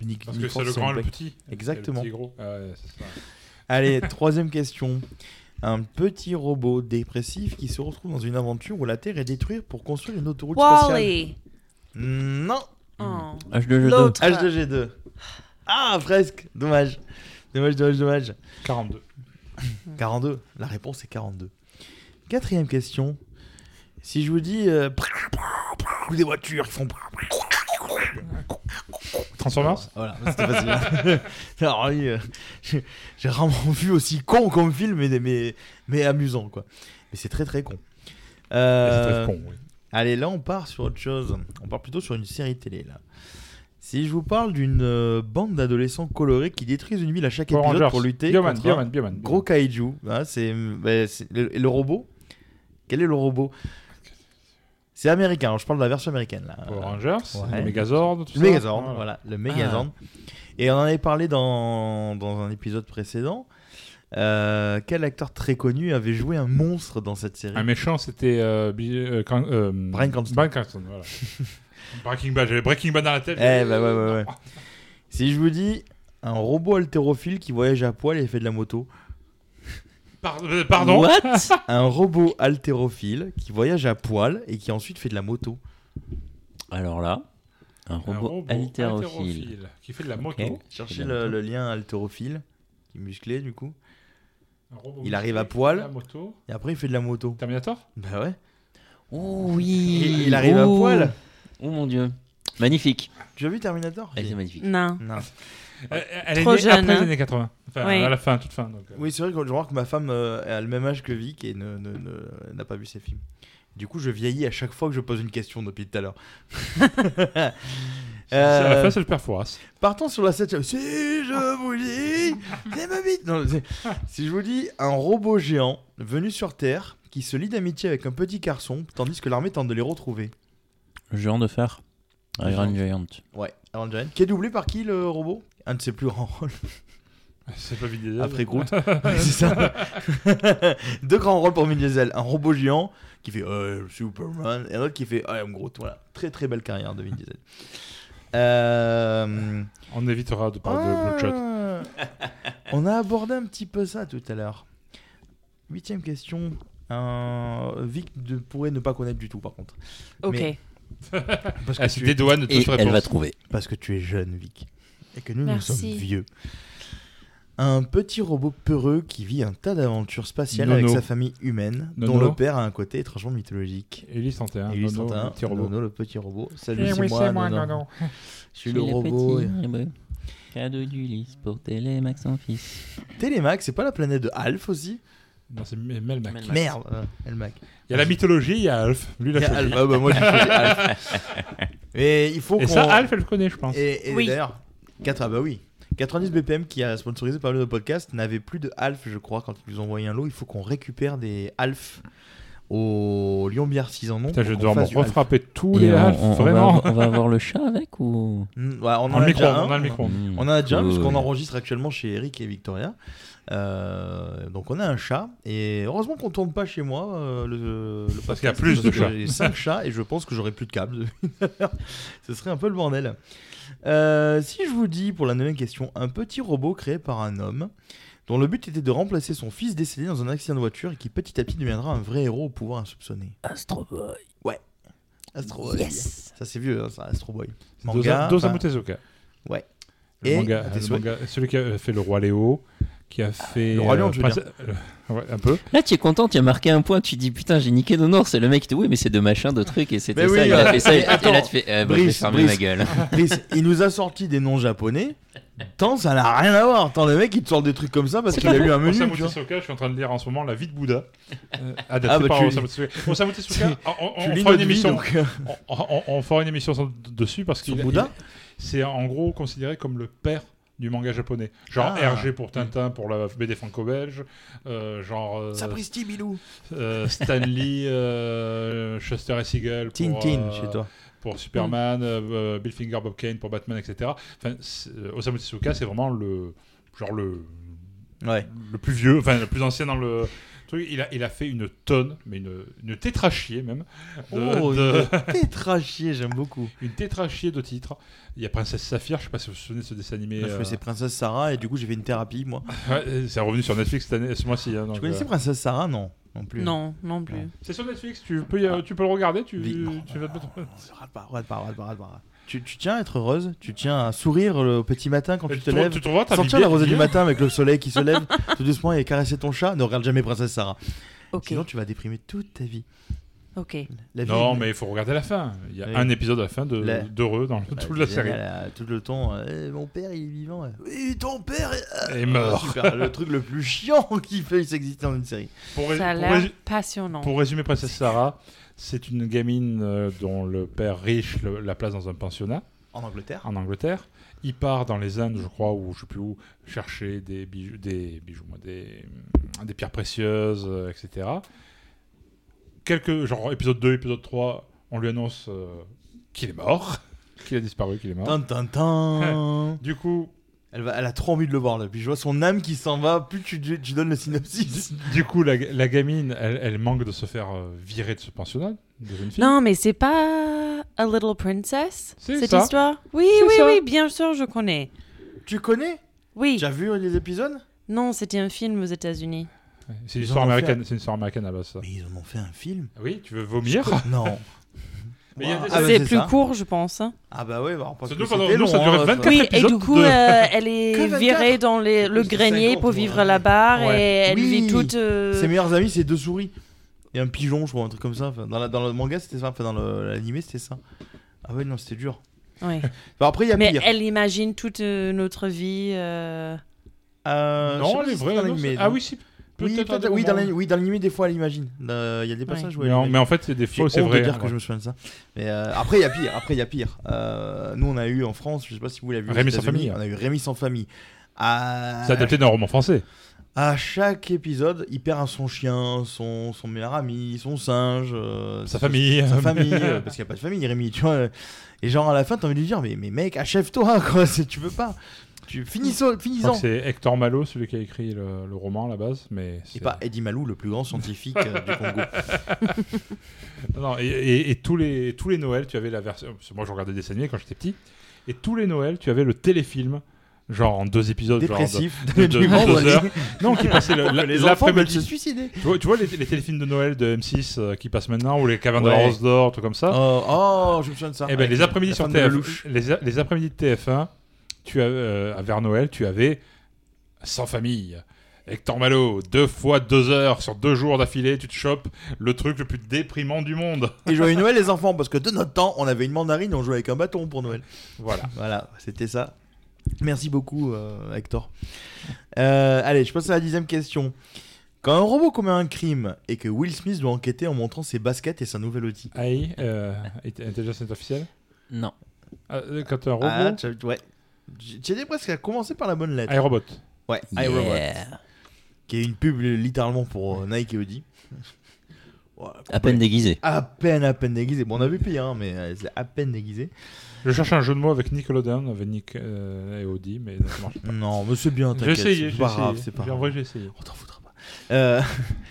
[SPEAKER 11] Nick,
[SPEAKER 12] Parce
[SPEAKER 11] Nick
[SPEAKER 12] que c'est
[SPEAKER 11] Frost,
[SPEAKER 12] le
[SPEAKER 11] Simon
[SPEAKER 12] grand et le
[SPEAKER 11] Pegg.
[SPEAKER 12] petit.
[SPEAKER 11] Exactement.
[SPEAKER 12] C'est Le petit gros. Ah ouais, c'est ça.
[SPEAKER 11] Allez, troisième question. Un petit robot dépressif qui se retrouve dans une aventure où la Terre est détruite pour construire une autoroute spatiale.
[SPEAKER 13] Wally.
[SPEAKER 11] Non, Hmm.
[SPEAKER 13] Oh.
[SPEAKER 14] Ah, H2G2.
[SPEAKER 13] L'autre.
[SPEAKER 11] H2G2. Ah, presque. Dommage. Dommage, dommage, dommage.
[SPEAKER 12] 42.
[SPEAKER 11] 42. La réponse est 42. Quatrième question. Si je vous dis euh, des voitures qui font
[SPEAKER 12] Transformers
[SPEAKER 11] Voilà, c'était facile. Alors oui, euh, j'ai j'ai rarement vu aussi con comme film, mais, mais, mais amusant, quoi. Mais c'est très très con. Euh,
[SPEAKER 12] C'est très con, oui.
[SPEAKER 11] Allez, là, on part sur autre chose. On part plutôt sur une série télé, là. Si je vous parle d'une euh, bande d'adolescents colorés qui détruisent une ville à chaque
[SPEAKER 12] Power
[SPEAKER 11] épisode
[SPEAKER 12] Rangers.
[SPEAKER 11] pour lutter
[SPEAKER 12] Bioman,
[SPEAKER 11] contre
[SPEAKER 12] Bioman,
[SPEAKER 11] un
[SPEAKER 12] Bioman.
[SPEAKER 11] gros kaiju, hein, c'est bah, c'est- le, le robot. Quel est le robot C'est américain. Je parle de la version américaine là.
[SPEAKER 12] Power Rangers,
[SPEAKER 11] Ouais.
[SPEAKER 12] le Megazord, tout
[SPEAKER 11] Le
[SPEAKER 12] ça.
[SPEAKER 11] Megazord, voilà.
[SPEAKER 12] Ah.
[SPEAKER 11] le Megazord. Et on en avait parlé dans, dans un épisode précédent. Euh, quel acteur très connu avait joué un monstre dans cette série
[SPEAKER 12] Un méchant, c'était euh, Bill- euh, Cran- euh,
[SPEAKER 11] Bryan Cranston.
[SPEAKER 12] Bryan Cranston, voilà. Breaking Bad, j'avais Ah, Breaking Bad dans la tête.
[SPEAKER 11] Eh bah ouais, ouais, ouais. Si je vous dis un robot haltérophile qui voyage à poil et fait de la moto.
[SPEAKER 12] Par- euh, pardon
[SPEAKER 14] What
[SPEAKER 11] Un robot haltérophile qui voyage à poil et qui ensuite fait de la moto.
[SPEAKER 14] Alors là, un
[SPEAKER 12] Un
[SPEAKER 14] robot, haltérophile.
[SPEAKER 12] haltérophile qui fait de la moto.
[SPEAKER 14] Ok.
[SPEAKER 11] Cherchez
[SPEAKER 14] Et la
[SPEAKER 11] le,
[SPEAKER 14] moto.
[SPEAKER 11] le lien haltérophile, qui est musclé du coup.
[SPEAKER 12] Un robot
[SPEAKER 11] Il arrive à
[SPEAKER 12] musclé,
[SPEAKER 11] poil.
[SPEAKER 12] La moto.
[SPEAKER 11] Et après il fait de la moto.
[SPEAKER 12] Terminator
[SPEAKER 11] Bah ouais.
[SPEAKER 14] Oh
[SPEAKER 11] Et
[SPEAKER 14] oui
[SPEAKER 11] il arrive à
[SPEAKER 14] Oh.
[SPEAKER 11] poil.
[SPEAKER 14] Oh mon dieu. Magnifique.
[SPEAKER 11] Tu as vu Terminator
[SPEAKER 14] Elle était magnifique.
[SPEAKER 13] Non.
[SPEAKER 11] Non.
[SPEAKER 12] Euh, Elle est
[SPEAKER 13] Trop
[SPEAKER 12] née
[SPEAKER 13] jeune,
[SPEAKER 12] après
[SPEAKER 13] hein.
[SPEAKER 12] les années 80. Enfin,
[SPEAKER 13] Oui.
[SPEAKER 12] à la fin, toute fin. Donc, euh,
[SPEAKER 11] Oui, c'est vrai que je vois que ma femme euh, a le même âge que Vic et ne- ne- ne- n'a pas vu ses films. Du coup, je vieillis à chaque fois que je pose une question depuis tout à l'heure.
[SPEAKER 12] c'est- À la
[SPEAKER 11] Euh,
[SPEAKER 12] fin, c'est le père Fouras.
[SPEAKER 11] Partons sur la 7 Si je vous dis, c'est ma bite. Non, c'est- si je vous dis un robot géant venu sur Terre qui se lie d'amitié avec un petit garçon, tandis que l'armée tente de les retrouver.
[SPEAKER 14] Géant de fer. Iron Giant.
[SPEAKER 11] Ouais, Iron Giant. Qui est doublé par qui le robot Un de ses plus grands rôles.
[SPEAKER 12] C'est pas Vin Diesel.
[SPEAKER 11] Après Groot. c'est ça. Deux grands rôles pour Vin Diesel. Un robot géant qui fait euh, Superman et un autre qui fait I am Groot. Voilà. Très très belle carrière de Vin Diesel. Euh...
[SPEAKER 12] On évitera de parler
[SPEAKER 11] Ah.
[SPEAKER 12] de Bloodshot.
[SPEAKER 11] On a abordé un petit peu ça tout à l'heure. Huitième question. Un... Vic ne pourrait ne pas connaître du tout, par contre.
[SPEAKER 13] Ok.
[SPEAKER 11] Mais- Parce
[SPEAKER 12] Elle se dédouane de toute Et elle réponse. va
[SPEAKER 14] trouver.
[SPEAKER 11] Parce que tu es jeune, Vic. Et que nous,
[SPEAKER 13] Merci.
[SPEAKER 11] nous sommes vieux. Un petit robot peureux qui vit un tas d'aventures spatiales
[SPEAKER 12] Nono.
[SPEAKER 11] avec sa famille humaine,
[SPEAKER 12] Nono.
[SPEAKER 11] dont le père a un côté étrangement mythologique.
[SPEAKER 12] Elise 31.
[SPEAKER 11] Et lui, c'est
[SPEAKER 12] Nono,
[SPEAKER 11] un
[SPEAKER 12] le petit robot.
[SPEAKER 11] Nono, le petit robot. Salut,
[SPEAKER 12] Eh
[SPEAKER 11] c'est
[SPEAKER 12] oui,
[SPEAKER 11] moi,
[SPEAKER 12] c'est moi,
[SPEAKER 11] Nono.
[SPEAKER 12] Nono.
[SPEAKER 11] Je suis le robot. et-
[SPEAKER 14] Cadeau d'Ulysse pour Télémax son fils.
[SPEAKER 11] Télémac, c'est pas la planète de Alf aussi
[SPEAKER 12] Non, c'est M- Melmac.
[SPEAKER 14] Melmac.
[SPEAKER 11] Merde, euh, Elmac.
[SPEAKER 12] Il y a la mythologie, il y a Alf. Lui, il a
[SPEAKER 11] Il y a
[SPEAKER 12] choisi.
[SPEAKER 11] Alf. Ah bah, moi, j'ai choisi Alf. Et il faut
[SPEAKER 12] Et
[SPEAKER 11] qu'on-
[SPEAKER 12] ça, Alf, elle le connaît, je pense.
[SPEAKER 11] Et, et
[SPEAKER 13] Oui.
[SPEAKER 11] d'ailleurs, 4 ah bah oui. 90 BPM qui a sponsorisé pas mal de podcasts n'avait plus de Alf, je crois, quand ils nous ont envoyé un lot. Il faut qu'on récupère des Alf au Lyon Bière 6 en nom.
[SPEAKER 12] Putain, je
[SPEAKER 11] pour
[SPEAKER 12] vais
[SPEAKER 11] qu'on
[SPEAKER 12] devoir me
[SPEAKER 11] fasse du Alf.
[SPEAKER 12] refrapper tous
[SPEAKER 14] Et
[SPEAKER 12] les
[SPEAKER 14] on-
[SPEAKER 12] Alf,
[SPEAKER 14] on- on va
[SPEAKER 12] vraiment.
[SPEAKER 14] avoir- On va avoir le chat avec ou Hmm.
[SPEAKER 11] Mm, ouais, on, en
[SPEAKER 12] On a
[SPEAKER 11] a
[SPEAKER 12] le micro,
[SPEAKER 11] déjà un.
[SPEAKER 12] on a le micro.
[SPEAKER 11] On en a déjà un,
[SPEAKER 14] Cool.
[SPEAKER 11] puisqu'on enregistre actuellement chez Eric et Victoria. Euh, donc on a un chat et heureusement qu'on tourne pas chez moi euh, le, le
[SPEAKER 12] Parce qu'il y a
[SPEAKER 11] podcast,
[SPEAKER 12] plus de
[SPEAKER 11] parce que
[SPEAKER 12] chats.
[SPEAKER 11] J'ai 5 chats et je pense que j'aurai plus de câbles. Ce serait un peu le bordel. Euh, si je vous dis pour la neuvième question, un petit robot créé par un homme dont le but était de remplacer son fils décédé dans un accident de voiture et qui petit à petit deviendra un vrai héros au pouvoir insoupçonné.
[SPEAKER 14] Astro Boy.
[SPEAKER 11] Astro Boy.
[SPEAKER 14] Yes.
[SPEAKER 11] Ça c'est vieux, hein, ça, Astro Boy.
[SPEAKER 12] Manga, Dos
[SPEAKER 11] enfin,
[SPEAKER 12] Amu Tezuka.
[SPEAKER 11] Ouais.
[SPEAKER 12] Le
[SPEAKER 11] Et-
[SPEAKER 12] manga,
[SPEAKER 11] Ah,
[SPEAKER 12] le
[SPEAKER 11] t'es
[SPEAKER 12] manga- celui qui a fait le roi Léo, qui a fait
[SPEAKER 11] Le Roi Lion,
[SPEAKER 12] euh,
[SPEAKER 11] tu veux
[SPEAKER 12] Prince- euh, ouais, un peu.
[SPEAKER 14] Là, tu es content, tu as marqué un point, tu dis putain, j'ai niqué nos C'est le mec qui dit oui, mais c'est de machin, de trucs, et c'était
[SPEAKER 11] Mais
[SPEAKER 14] ça,
[SPEAKER 11] oui,
[SPEAKER 14] il
[SPEAKER 11] euh,
[SPEAKER 14] a fait ça,
[SPEAKER 11] mais
[SPEAKER 14] et, et là,
[SPEAKER 11] attends,
[SPEAKER 14] tu fais euh, bah, je vais
[SPEAKER 11] Brice,
[SPEAKER 14] fermer ma
[SPEAKER 11] Brice.
[SPEAKER 14] gueule.
[SPEAKER 11] Brice, il nous a sorti des noms japonais. Tant ça n'a rien à voir. Tant le mec il te sort des trucs comme ça parce qu'il a lu un menu.
[SPEAKER 12] Osamu
[SPEAKER 11] Tu, vois.
[SPEAKER 12] Tezuka, je suis en train de lire en ce moment La vie de Bouddha, euh,
[SPEAKER 11] Ah, bah,
[SPEAKER 12] adapté par
[SPEAKER 11] tu-
[SPEAKER 12] Osamu Tezuka. Osamu Tezuka, on- on-
[SPEAKER 11] Tu
[SPEAKER 12] on
[SPEAKER 11] lis notre
[SPEAKER 12] fera une
[SPEAKER 11] vie,
[SPEAKER 12] émission.
[SPEAKER 11] donc, euh,
[SPEAKER 12] On, on- on fera une émission sans- dessus parce
[SPEAKER 11] Sur
[SPEAKER 12] qu'il
[SPEAKER 11] Bouddha
[SPEAKER 12] il- c'est en gros considéré comme le père du manga japonais. Genre
[SPEAKER 11] Ah.
[SPEAKER 12] RG pour Tintin pour la BD franco-belge, euh, genre euh,
[SPEAKER 11] Sapristi Bilou.
[SPEAKER 12] euh, Stanley, euh, Shuster et Siegel pour,
[SPEAKER 11] Tintin
[SPEAKER 12] euh,
[SPEAKER 11] chez toi. Mm.
[SPEAKER 12] pour Superman, euh, euh, Bill Finger, Bob Kane pour Batman, etc. Enfin, c'est- euh, Osamu Tezuka, c'est vraiment le genre le
[SPEAKER 11] Ouais.
[SPEAKER 12] le plus vieux, enfin le plus ancien dans le truc. Il a, il a fait une tonne, mais une, une tétrachier même, de-
[SPEAKER 11] Oh,
[SPEAKER 12] de-
[SPEAKER 11] il est tétrachier, j'aime beaucoup.
[SPEAKER 12] une tétrachier de titres. Il y a Princesse Saphir, je sais pas si vous vous souvenez de ce dessin animé.
[SPEAKER 11] Moi, je
[SPEAKER 12] euh, Ah,
[SPEAKER 11] connaissais Princesse Sarah et du coup j'ai fait une thérapie moi.
[SPEAKER 12] ouais, euh, c'est revenu sur Netflix cette année, ce mois-ci. hein, donc,
[SPEAKER 11] Tu connaissais
[SPEAKER 12] euh,
[SPEAKER 11] Princesse Sarah Non, non plus.
[SPEAKER 13] Non, non plus.
[SPEAKER 12] C'est sur Netflix, tu peux, y- tu peux le regarder, tu,
[SPEAKER 11] Vi- Ah. non.
[SPEAKER 12] tu vas te mettre.
[SPEAKER 11] Rate pas, rate pas, rate pas, rate pas. Tu, tu tiens à être heureuse, tu tiens à sourire le petit matin quand
[SPEAKER 12] Et
[SPEAKER 11] tu te
[SPEAKER 12] trouves-
[SPEAKER 11] lèves.
[SPEAKER 12] tu trouveras ta
[SPEAKER 11] Sentir
[SPEAKER 12] vie
[SPEAKER 11] la
[SPEAKER 12] bien-
[SPEAKER 11] rosée du matin avec le soleil qui se lève tout doucement et caresser ton chat. Ne regarde jamais Princesse Sarah.
[SPEAKER 13] Ok.
[SPEAKER 11] Sinon tu vas déprimer toute ta vie.
[SPEAKER 13] Ok.
[SPEAKER 11] La vie
[SPEAKER 12] Non,
[SPEAKER 11] est-
[SPEAKER 12] mais il faut regarder la fin. Il y a
[SPEAKER 11] Oui.
[SPEAKER 12] un épisode à la fin de-
[SPEAKER 11] La-
[SPEAKER 12] d'heureux dans le- toute
[SPEAKER 11] Bah,
[SPEAKER 12] la
[SPEAKER 11] c'est
[SPEAKER 12] série.
[SPEAKER 11] génial, euh, tout le temps, euh, Eh, mon père il est vivant. euh. Oui, ton père est, Ah,
[SPEAKER 12] Et mort.
[SPEAKER 11] super, le truc le plus chiant qui peut exister dans une série.
[SPEAKER 12] Pour, ré-
[SPEAKER 13] Ça a
[SPEAKER 12] pour
[SPEAKER 13] l'air
[SPEAKER 12] résu-
[SPEAKER 13] passionnant.
[SPEAKER 12] pour résumer Princesse Sarah, c'est une gamine euh, dont le père riche le- la place dans un pensionnat
[SPEAKER 11] En Angleterre
[SPEAKER 12] en Angleterre. Il part dans les Indes, je crois, ou je sais plus où, chercher des bijoux, des, bijoux, moi, des, des pierres précieuses, euh, etc. Quelques, genre épisode 2, épisode 3, on lui annonce euh, qu'il est mort, qu'il a disparu, qu'il est mort.
[SPEAKER 11] Tin, tin, tin.
[SPEAKER 12] Du coup,
[SPEAKER 11] elle, va- elle a trop envie de le voir là. Puis je vois son âme qui s'en va. Plus tu, tu- tu donnes le synopsis.
[SPEAKER 12] Du coup, la, la gamine, elle, elle manque de se faire euh, virer de ce pensionnat de jeune fille.
[SPEAKER 13] Non, mais c'est pas A Little Princess
[SPEAKER 12] C'est
[SPEAKER 13] cette
[SPEAKER 12] ça.
[SPEAKER 13] histoire Oui,
[SPEAKER 12] C'est
[SPEAKER 13] oui,
[SPEAKER 12] ça.
[SPEAKER 13] oui, bien sûr, je connais.
[SPEAKER 11] tu connais
[SPEAKER 13] Oui.
[SPEAKER 11] Tu as vu les épisodes
[SPEAKER 13] Non, c'était un film aux États-Unis.
[SPEAKER 12] C'est une
[SPEAKER 11] Ils
[SPEAKER 12] histoire
[SPEAKER 11] en ont fait
[SPEAKER 12] américaine. C'est une histoire américaine à base. ça. Ah
[SPEAKER 11] Mais ils en ont fait un film.
[SPEAKER 12] Oui, tu veux vomir
[SPEAKER 11] Non.
[SPEAKER 12] Mais il y a des-
[SPEAKER 11] Ah, bah,
[SPEAKER 13] c'est
[SPEAKER 11] c'est
[SPEAKER 13] plus
[SPEAKER 11] ça.
[SPEAKER 13] court, je pense. hein.
[SPEAKER 11] Ah bah ouais, bah, parce
[SPEAKER 12] Nous,
[SPEAKER 11] que
[SPEAKER 12] pendant-
[SPEAKER 11] c'était
[SPEAKER 12] nous, ça
[SPEAKER 11] long,
[SPEAKER 12] durait
[SPEAKER 11] hein,
[SPEAKER 12] 24
[SPEAKER 13] Oui,
[SPEAKER 12] Quatre
[SPEAKER 13] et du
[SPEAKER 12] épisodes
[SPEAKER 13] coup,
[SPEAKER 12] de-
[SPEAKER 13] euh, elle
[SPEAKER 11] Que
[SPEAKER 13] est
[SPEAKER 11] 24?
[SPEAKER 13] virée dans les- le
[SPEAKER 11] C'est
[SPEAKER 13] grenier
[SPEAKER 11] 50,
[SPEAKER 13] pour
[SPEAKER 11] ouais.
[SPEAKER 13] vivre à la barre
[SPEAKER 12] Ouais.
[SPEAKER 13] et elle
[SPEAKER 11] Oui.
[SPEAKER 13] vit toute. euh,
[SPEAKER 11] Ses meilleurs amis, c'est deux souris et un pigeon, je crois, un truc comme ça. Enfin, dans, la- dans le manga, c'était ça. Enfin, dans le- l'animé, c'était ça. Ah ouais, non, c'était dur.
[SPEAKER 13] ouais.
[SPEAKER 11] Enfin, après, il y a
[SPEAKER 13] Mais
[SPEAKER 11] pire.
[SPEAKER 13] elle imagine toute euh, notre vie. euh,
[SPEAKER 11] Euh, je sais
[SPEAKER 12] Non,
[SPEAKER 11] pas
[SPEAKER 12] elle est
[SPEAKER 11] si
[SPEAKER 12] vraie.
[SPEAKER 11] c'est dans
[SPEAKER 12] non,
[SPEAKER 11] l'animé,
[SPEAKER 12] c'est-
[SPEAKER 11] non
[SPEAKER 12] Ah oui, si.
[SPEAKER 11] Oui,
[SPEAKER 12] peut-être à
[SPEAKER 11] peut-être-
[SPEAKER 12] des
[SPEAKER 11] oui, dans
[SPEAKER 12] moments.
[SPEAKER 11] l'ani- oui, dans l'animé, des fois, elle imagine. Euh, Il y a des passages où
[SPEAKER 12] Mais
[SPEAKER 11] elle
[SPEAKER 12] en,
[SPEAKER 11] imagine.
[SPEAKER 12] mais en fait, c'est des
[SPEAKER 11] J'ai
[SPEAKER 12] faux, c'est
[SPEAKER 11] honte
[SPEAKER 12] vrai.
[SPEAKER 11] de dire
[SPEAKER 12] hein,
[SPEAKER 11] que je me souviens de ça. Mais euh, après, il y a pire. Après, il y a pire. Euh, nous, on a eu en France, je sais pas si vous l'avez vu. aux
[SPEAKER 12] Rémi sans
[SPEAKER 11] États-Unis,
[SPEAKER 12] famille.
[SPEAKER 11] On a eu Rémi sans famille. Euh, À...
[SPEAKER 12] C'est adapté d'un roman français.
[SPEAKER 11] à chaque épisode, il perd un- son chien, son, son meilleur ami, son singe, euh,
[SPEAKER 12] Sa famille.
[SPEAKER 11] sa famille, euh, parce qu'il n'y a pas de famille, Rémi, tu vois. euh, Et genre, à la fin, t'as envie de lui dire, mais, mais mec, achève-toi, quoi, c'est- tu veux pas. Tu finissons, finissons.
[SPEAKER 12] C'est Hector Malo, celui qui a écrit le, le roman à la base, mais
[SPEAKER 11] et pas Eddie Malou, le plus grand scientifique euh, du Congo.
[SPEAKER 12] Non, non, et, et- et tous les tous les Noëls, tu avais la version. parce que Moi, je regardais des dessins animés quand j'étais petit, et tous les Noëls, tu avais le téléfilm. Genre en deux épisodes genre de-
[SPEAKER 11] Dépressif,
[SPEAKER 12] de, de-
[SPEAKER 11] déprimant,
[SPEAKER 12] deux
[SPEAKER 11] voilà.
[SPEAKER 12] heures. Non, qui passait le-
[SPEAKER 11] Pour
[SPEAKER 12] la-
[SPEAKER 11] que les enfants veulent
[SPEAKER 12] l'après-midi.
[SPEAKER 11] se suicider.
[SPEAKER 12] Tu vois, tu vois les, les téléfilms de Noël de M6 euh, qui passent maintenant, ou les cavernes de
[SPEAKER 11] Ouais.
[SPEAKER 12] la Rose d'Or, tout comme ça.
[SPEAKER 11] Oh, oh, je me souviens de ça.
[SPEAKER 12] Ah. Eh ben,
[SPEAKER 11] Avec
[SPEAKER 12] les après-midi
[SPEAKER 11] la
[SPEAKER 12] sur
[SPEAKER 11] femme de
[SPEAKER 12] TF,
[SPEAKER 11] Lelouch.
[SPEAKER 12] les, a- les après-midi de TF1, tu as, euh, vers Noël, tu avais sans famille. Hector Malo, deux fois deux heures sur deux jours d'affilée, tu te chopes le truc le plus déprimant du monde.
[SPEAKER 11] Et joyeux Noël les enfants, parce que de notre temps, on avait une mandarine et on jouait avec un bâton pour Noël.
[SPEAKER 12] Voilà.
[SPEAKER 11] Voilà, c'était ça. Merci beaucoup, euh, Hector. Euh, allez, je passe à la dixième question. Quand un robot commet un crime et que Will Smith doit enquêter en montrant ses baskets et sa nouvelle outil.
[SPEAKER 12] AI, euh, intelligence artificielle
[SPEAKER 14] Non.
[SPEAKER 12] Euh, Quand un robot.
[SPEAKER 11] Ah, tu- ouais. J- J'étais presque à commencer par la bonne lettre.
[SPEAKER 12] iRobot.
[SPEAKER 11] Ouais,
[SPEAKER 14] Yeah.
[SPEAKER 11] iRobot. Qui est une pub euh, littéralement pour euh, Nike et Audi. Ouais,
[SPEAKER 14] À peine déguisé.
[SPEAKER 11] À peine, à peine déguisé. Bon, on a vu pire, hein, mais euh, c'est à peine déguisé.
[SPEAKER 12] Je cherche un jeu de mots avec Nickelodeon, avec Nick euh, et Audi, mais ça marche pas.
[SPEAKER 11] Non, mais c'est bien,
[SPEAKER 12] J'ai
[SPEAKER 11] t'inquiète.
[SPEAKER 12] essayé,
[SPEAKER 11] c'est
[SPEAKER 12] j'ai
[SPEAKER 11] pas
[SPEAKER 12] essayé.
[SPEAKER 11] grave, c'est pas
[SPEAKER 12] En
[SPEAKER 11] grave.
[SPEAKER 12] vrai, j'ai essayé.
[SPEAKER 11] On t'en foutra pas. Euh,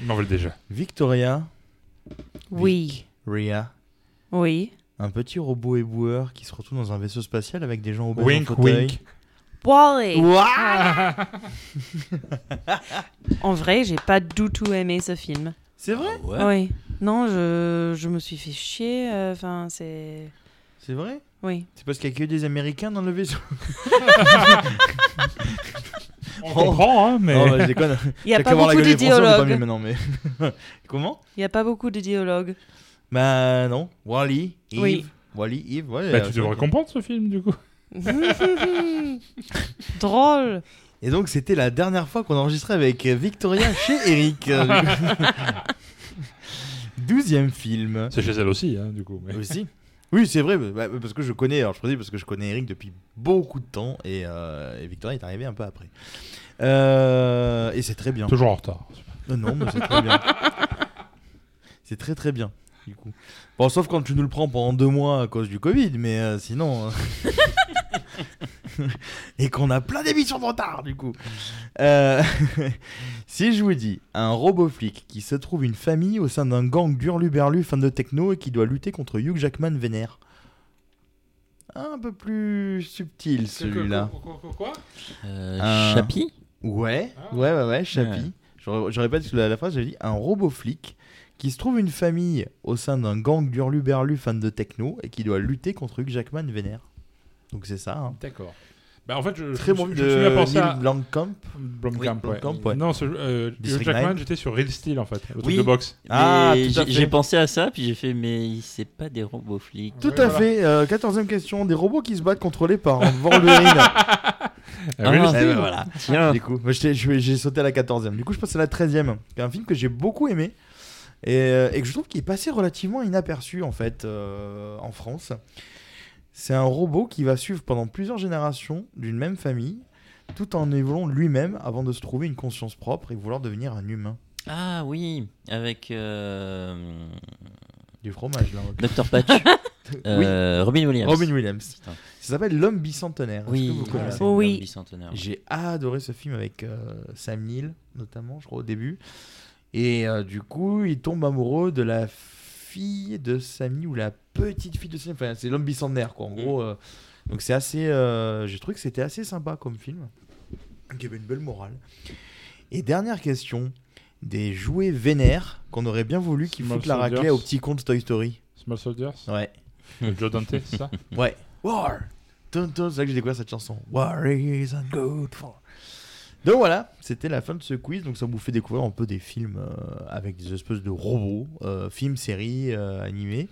[SPEAKER 12] Ils m'en veulent déjà.
[SPEAKER 11] Victoria,
[SPEAKER 13] Oui.
[SPEAKER 11] Ria,
[SPEAKER 13] Oui.
[SPEAKER 11] un petit robot éboueur qui se retrouve dans un vaisseau spatial avec des gens au
[SPEAKER 12] Wink, wink.
[SPEAKER 13] Wally.
[SPEAKER 11] Ouah
[SPEAKER 13] En vrai, j'ai pas du tout aimé ce film.
[SPEAKER 11] C'est vrai
[SPEAKER 14] Ouais.
[SPEAKER 13] Oui. Non, je, je me suis fait chier. euh, Enfin, c'est.
[SPEAKER 11] C'est vrai
[SPEAKER 13] Oui.
[SPEAKER 11] C'est parce qu'il y a que des Américains dans le vaisseau.
[SPEAKER 12] On comprend, hein, mais.
[SPEAKER 11] Non, je déconne.
[SPEAKER 13] Il y a
[SPEAKER 11] T'as
[SPEAKER 13] pas
[SPEAKER 11] qu'à voir la
[SPEAKER 13] beaucoup
[SPEAKER 11] gueule des Français, on est pas
[SPEAKER 13] d'idéologues.
[SPEAKER 11] mis maintenant, mais. Comment
[SPEAKER 13] Il n'y a pas beaucoup de dialogues.
[SPEAKER 11] Bah non. Wally, Yves.
[SPEAKER 13] Oui.
[SPEAKER 11] Wally, Yves, ouais.
[SPEAKER 12] Bah,
[SPEAKER 11] euh,
[SPEAKER 12] tu devrais
[SPEAKER 11] ça-
[SPEAKER 12] comprendre ce film, du coup.
[SPEAKER 13] Drôle.
[SPEAKER 11] Et donc, c'était la dernière fois qu'on enregistrait avec euh, Victoria chez Eric. Euh, du coup. Douzième film.
[SPEAKER 12] C'est chez elle aussi, hein, du coup. mais-
[SPEAKER 11] Aussi. Oui, c'est vrai, bah, bah, parce que je connais, alors je précise parce que je connais Eric depuis beaucoup de temps et, euh, et Victoria est arrivée un peu après. Euh, et c'est très bien.
[SPEAKER 12] Toujours en retard.
[SPEAKER 11] Euh, Non, non, mais c'est très bien. C'est très très bien, du coup. Bon, sauf quand tu nous le prends pendant deux mois à cause du Covid, mais euh, sinon. euh, Et qu'on a plein d'émissions de retard, du coup. Euh, si je vous dis un robot flic qui se trouve une famille au sein d'un gang d'hurluberlu fin de techno et qui doit lutter contre Hugh Jackman vénère. Un peu plus subtil celui-là.
[SPEAKER 12] Quoi
[SPEAKER 14] Euh,
[SPEAKER 11] Un-
[SPEAKER 14] Chapi
[SPEAKER 11] Ouais,
[SPEAKER 12] Ah.
[SPEAKER 11] ouais, ouais, ouais, Chapi.
[SPEAKER 14] Ouais.
[SPEAKER 11] Je, je répète la, la phrase, j'avais dit un robot flic qui se trouve une famille au sein d'un gang d'hurluberlu fan de techno et qui doit lutter contre Hugh Jackman vénère. Donc c'est ça. hein.
[SPEAKER 12] D'accord. Bah, en fait, je,
[SPEAKER 11] Très bon
[SPEAKER 12] je,
[SPEAKER 11] film
[SPEAKER 12] je, me suis mis à
[SPEAKER 11] de
[SPEAKER 12] penser
[SPEAKER 11] Neil
[SPEAKER 12] à
[SPEAKER 11] Blomkamp.
[SPEAKER 12] Blomkamp,
[SPEAKER 11] Oui,
[SPEAKER 12] ouais.
[SPEAKER 11] Blomkamp, ouais.
[SPEAKER 12] Non, ce, euh, Hugh
[SPEAKER 11] District
[SPEAKER 12] Jackman,
[SPEAKER 11] Nine.
[SPEAKER 12] j'étais sur Real Steel, en fait, le truc
[SPEAKER 14] Oui.
[SPEAKER 12] de boxe.
[SPEAKER 11] Ah,
[SPEAKER 14] Mais
[SPEAKER 11] tout à
[SPEAKER 14] j'ai-
[SPEAKER 11] fait.
[SPEAKER 14] J'ai pensé à ça, puis j'ai fait, mais c'est pas des robots flics.
[SPEAKER 11] Tout
[SPEAKER 12] Ouais,
[SPEAKER 11] à
[SPEAKER 12] voilà.
[SPEAKER 11] fait. euh, Quatorzième question. Des robots qui se battent contre les parents. Wolverine.
[SPEAKER 12] Ah, Real
[SPEAKER 14] Ah,
[SPEAKER 12] Steel.
[SPEAKER 11] Eh ben
[SPEAKER 14] voilà. Tiens.
[SPEAKER 11] Du coup, moi, j'étais- je- j'ai sauté à la 14e. Du coup, je passe à la 13e. qui est un film que j'ai beaucoup aimé et, euh, et que je trouve qui est passé relativement inaperçu en fait euh, en France. C'est un robot qui va suivre pendant plusieurs générations d'une même famille tout en évoluant lui-même avant de se trouver une conscience propre et vouloir devenir un humain.
[SPEAKER 14] Ah oui, avec euh,
[SPEAKER 11] Du fromage là. en l'occurrence.
[SPEAKER 14] Dr Patch. Euh, Robin Williams.
[SPEAKER 11] Robin Williams.
[SPEAKER 14] Putain.
[SPEAKER 11] Ça s'appelle L'homme bicentenaire. Est-ce
[SPEAKER 14] Oui, Ah,
[SPEAKER 11] que vous connaissez
[SPEAKER 13] Oh oui.
[SPEAKER 14] l'homme bicentenaire.
[SPEAKER 11] J'ai adoré ce film avec euh, Sam Neill, notamment, je crois, au début. Et euh, du coup, il tombe amoureux de la fille de Sam Neill ou la petite fille de Sam Neill. Enfin, c'est l'homme bicentenaire, quoi, en gros. euh. donc, c'est assez. euh, J'ai trouvé que c'était assez sympa comme film, qui avait une belle morale. Et dernière question des jouets vénères qu'on aurait bien voulu qu'ils
[SPEAKER 12] Small
[SPEAKER 11] foutent la raclée
[SPEAKER 12] Soldiers.
[SPEAKER 11] au petit conte Toy Story.
[SPEAKER 12] Small Soldiers.
[SPEAKER 11] Ouais.
[SPEAKER 12] de Joe Dante, c'est ça
[SPEAKER 11] Ouais. War. Tum, tum, C'est là que j'ai découvert cette chanson. War isn't good for. Donc voilà, c'était la fin de ce quiz. Donc ça vous fait découvrir un peu des films euh, avec des espèces de robots, euh, films, séries, euh, animés.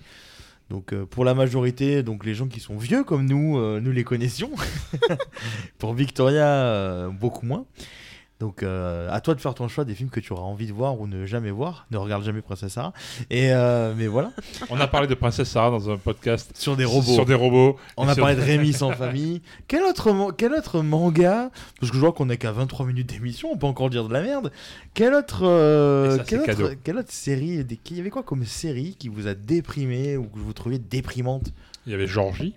[SPEAKER 11] Donc euh, pour la majorité, donc les gens qui sont vieux comme nous, euh, nous les connaissions. pour Victoria, euh, beaucoup moins. Donc euh, à toi de faire ton choix des films que tu auras envie de voir ou ne jamais voir. Ne regarde jamais Princesse Sarah. Et euh, mais voilà,
[SPEAKER 12] On a parlé de Princesse Sarah dans un podcast
[SPEAKER 11] sur des robots.
[SPEAKER 12] sur des robots.
[SPEAKER 11] On a
[SPEAKER 12] Sur-
[SPEAKER 11] parlé de Rémi sans famille. Quel autre, man- quel autre manga Parce que je vois qu'on est qu'à 23 minutes d'émission, on peut encore dire de la merde. Quelle autre, euh,
[SPEAKER 12] Et ça, c'est
[SPEAKER 11] quelle,
[SPEAKER 12] cadeau.
[SPEAKER 11] autre quelle autre série des- Il y avait quoi comme série qui vous a déprimé ou que vous trouviez déprimante
[SPEAKER 12] Il y avait Georgie.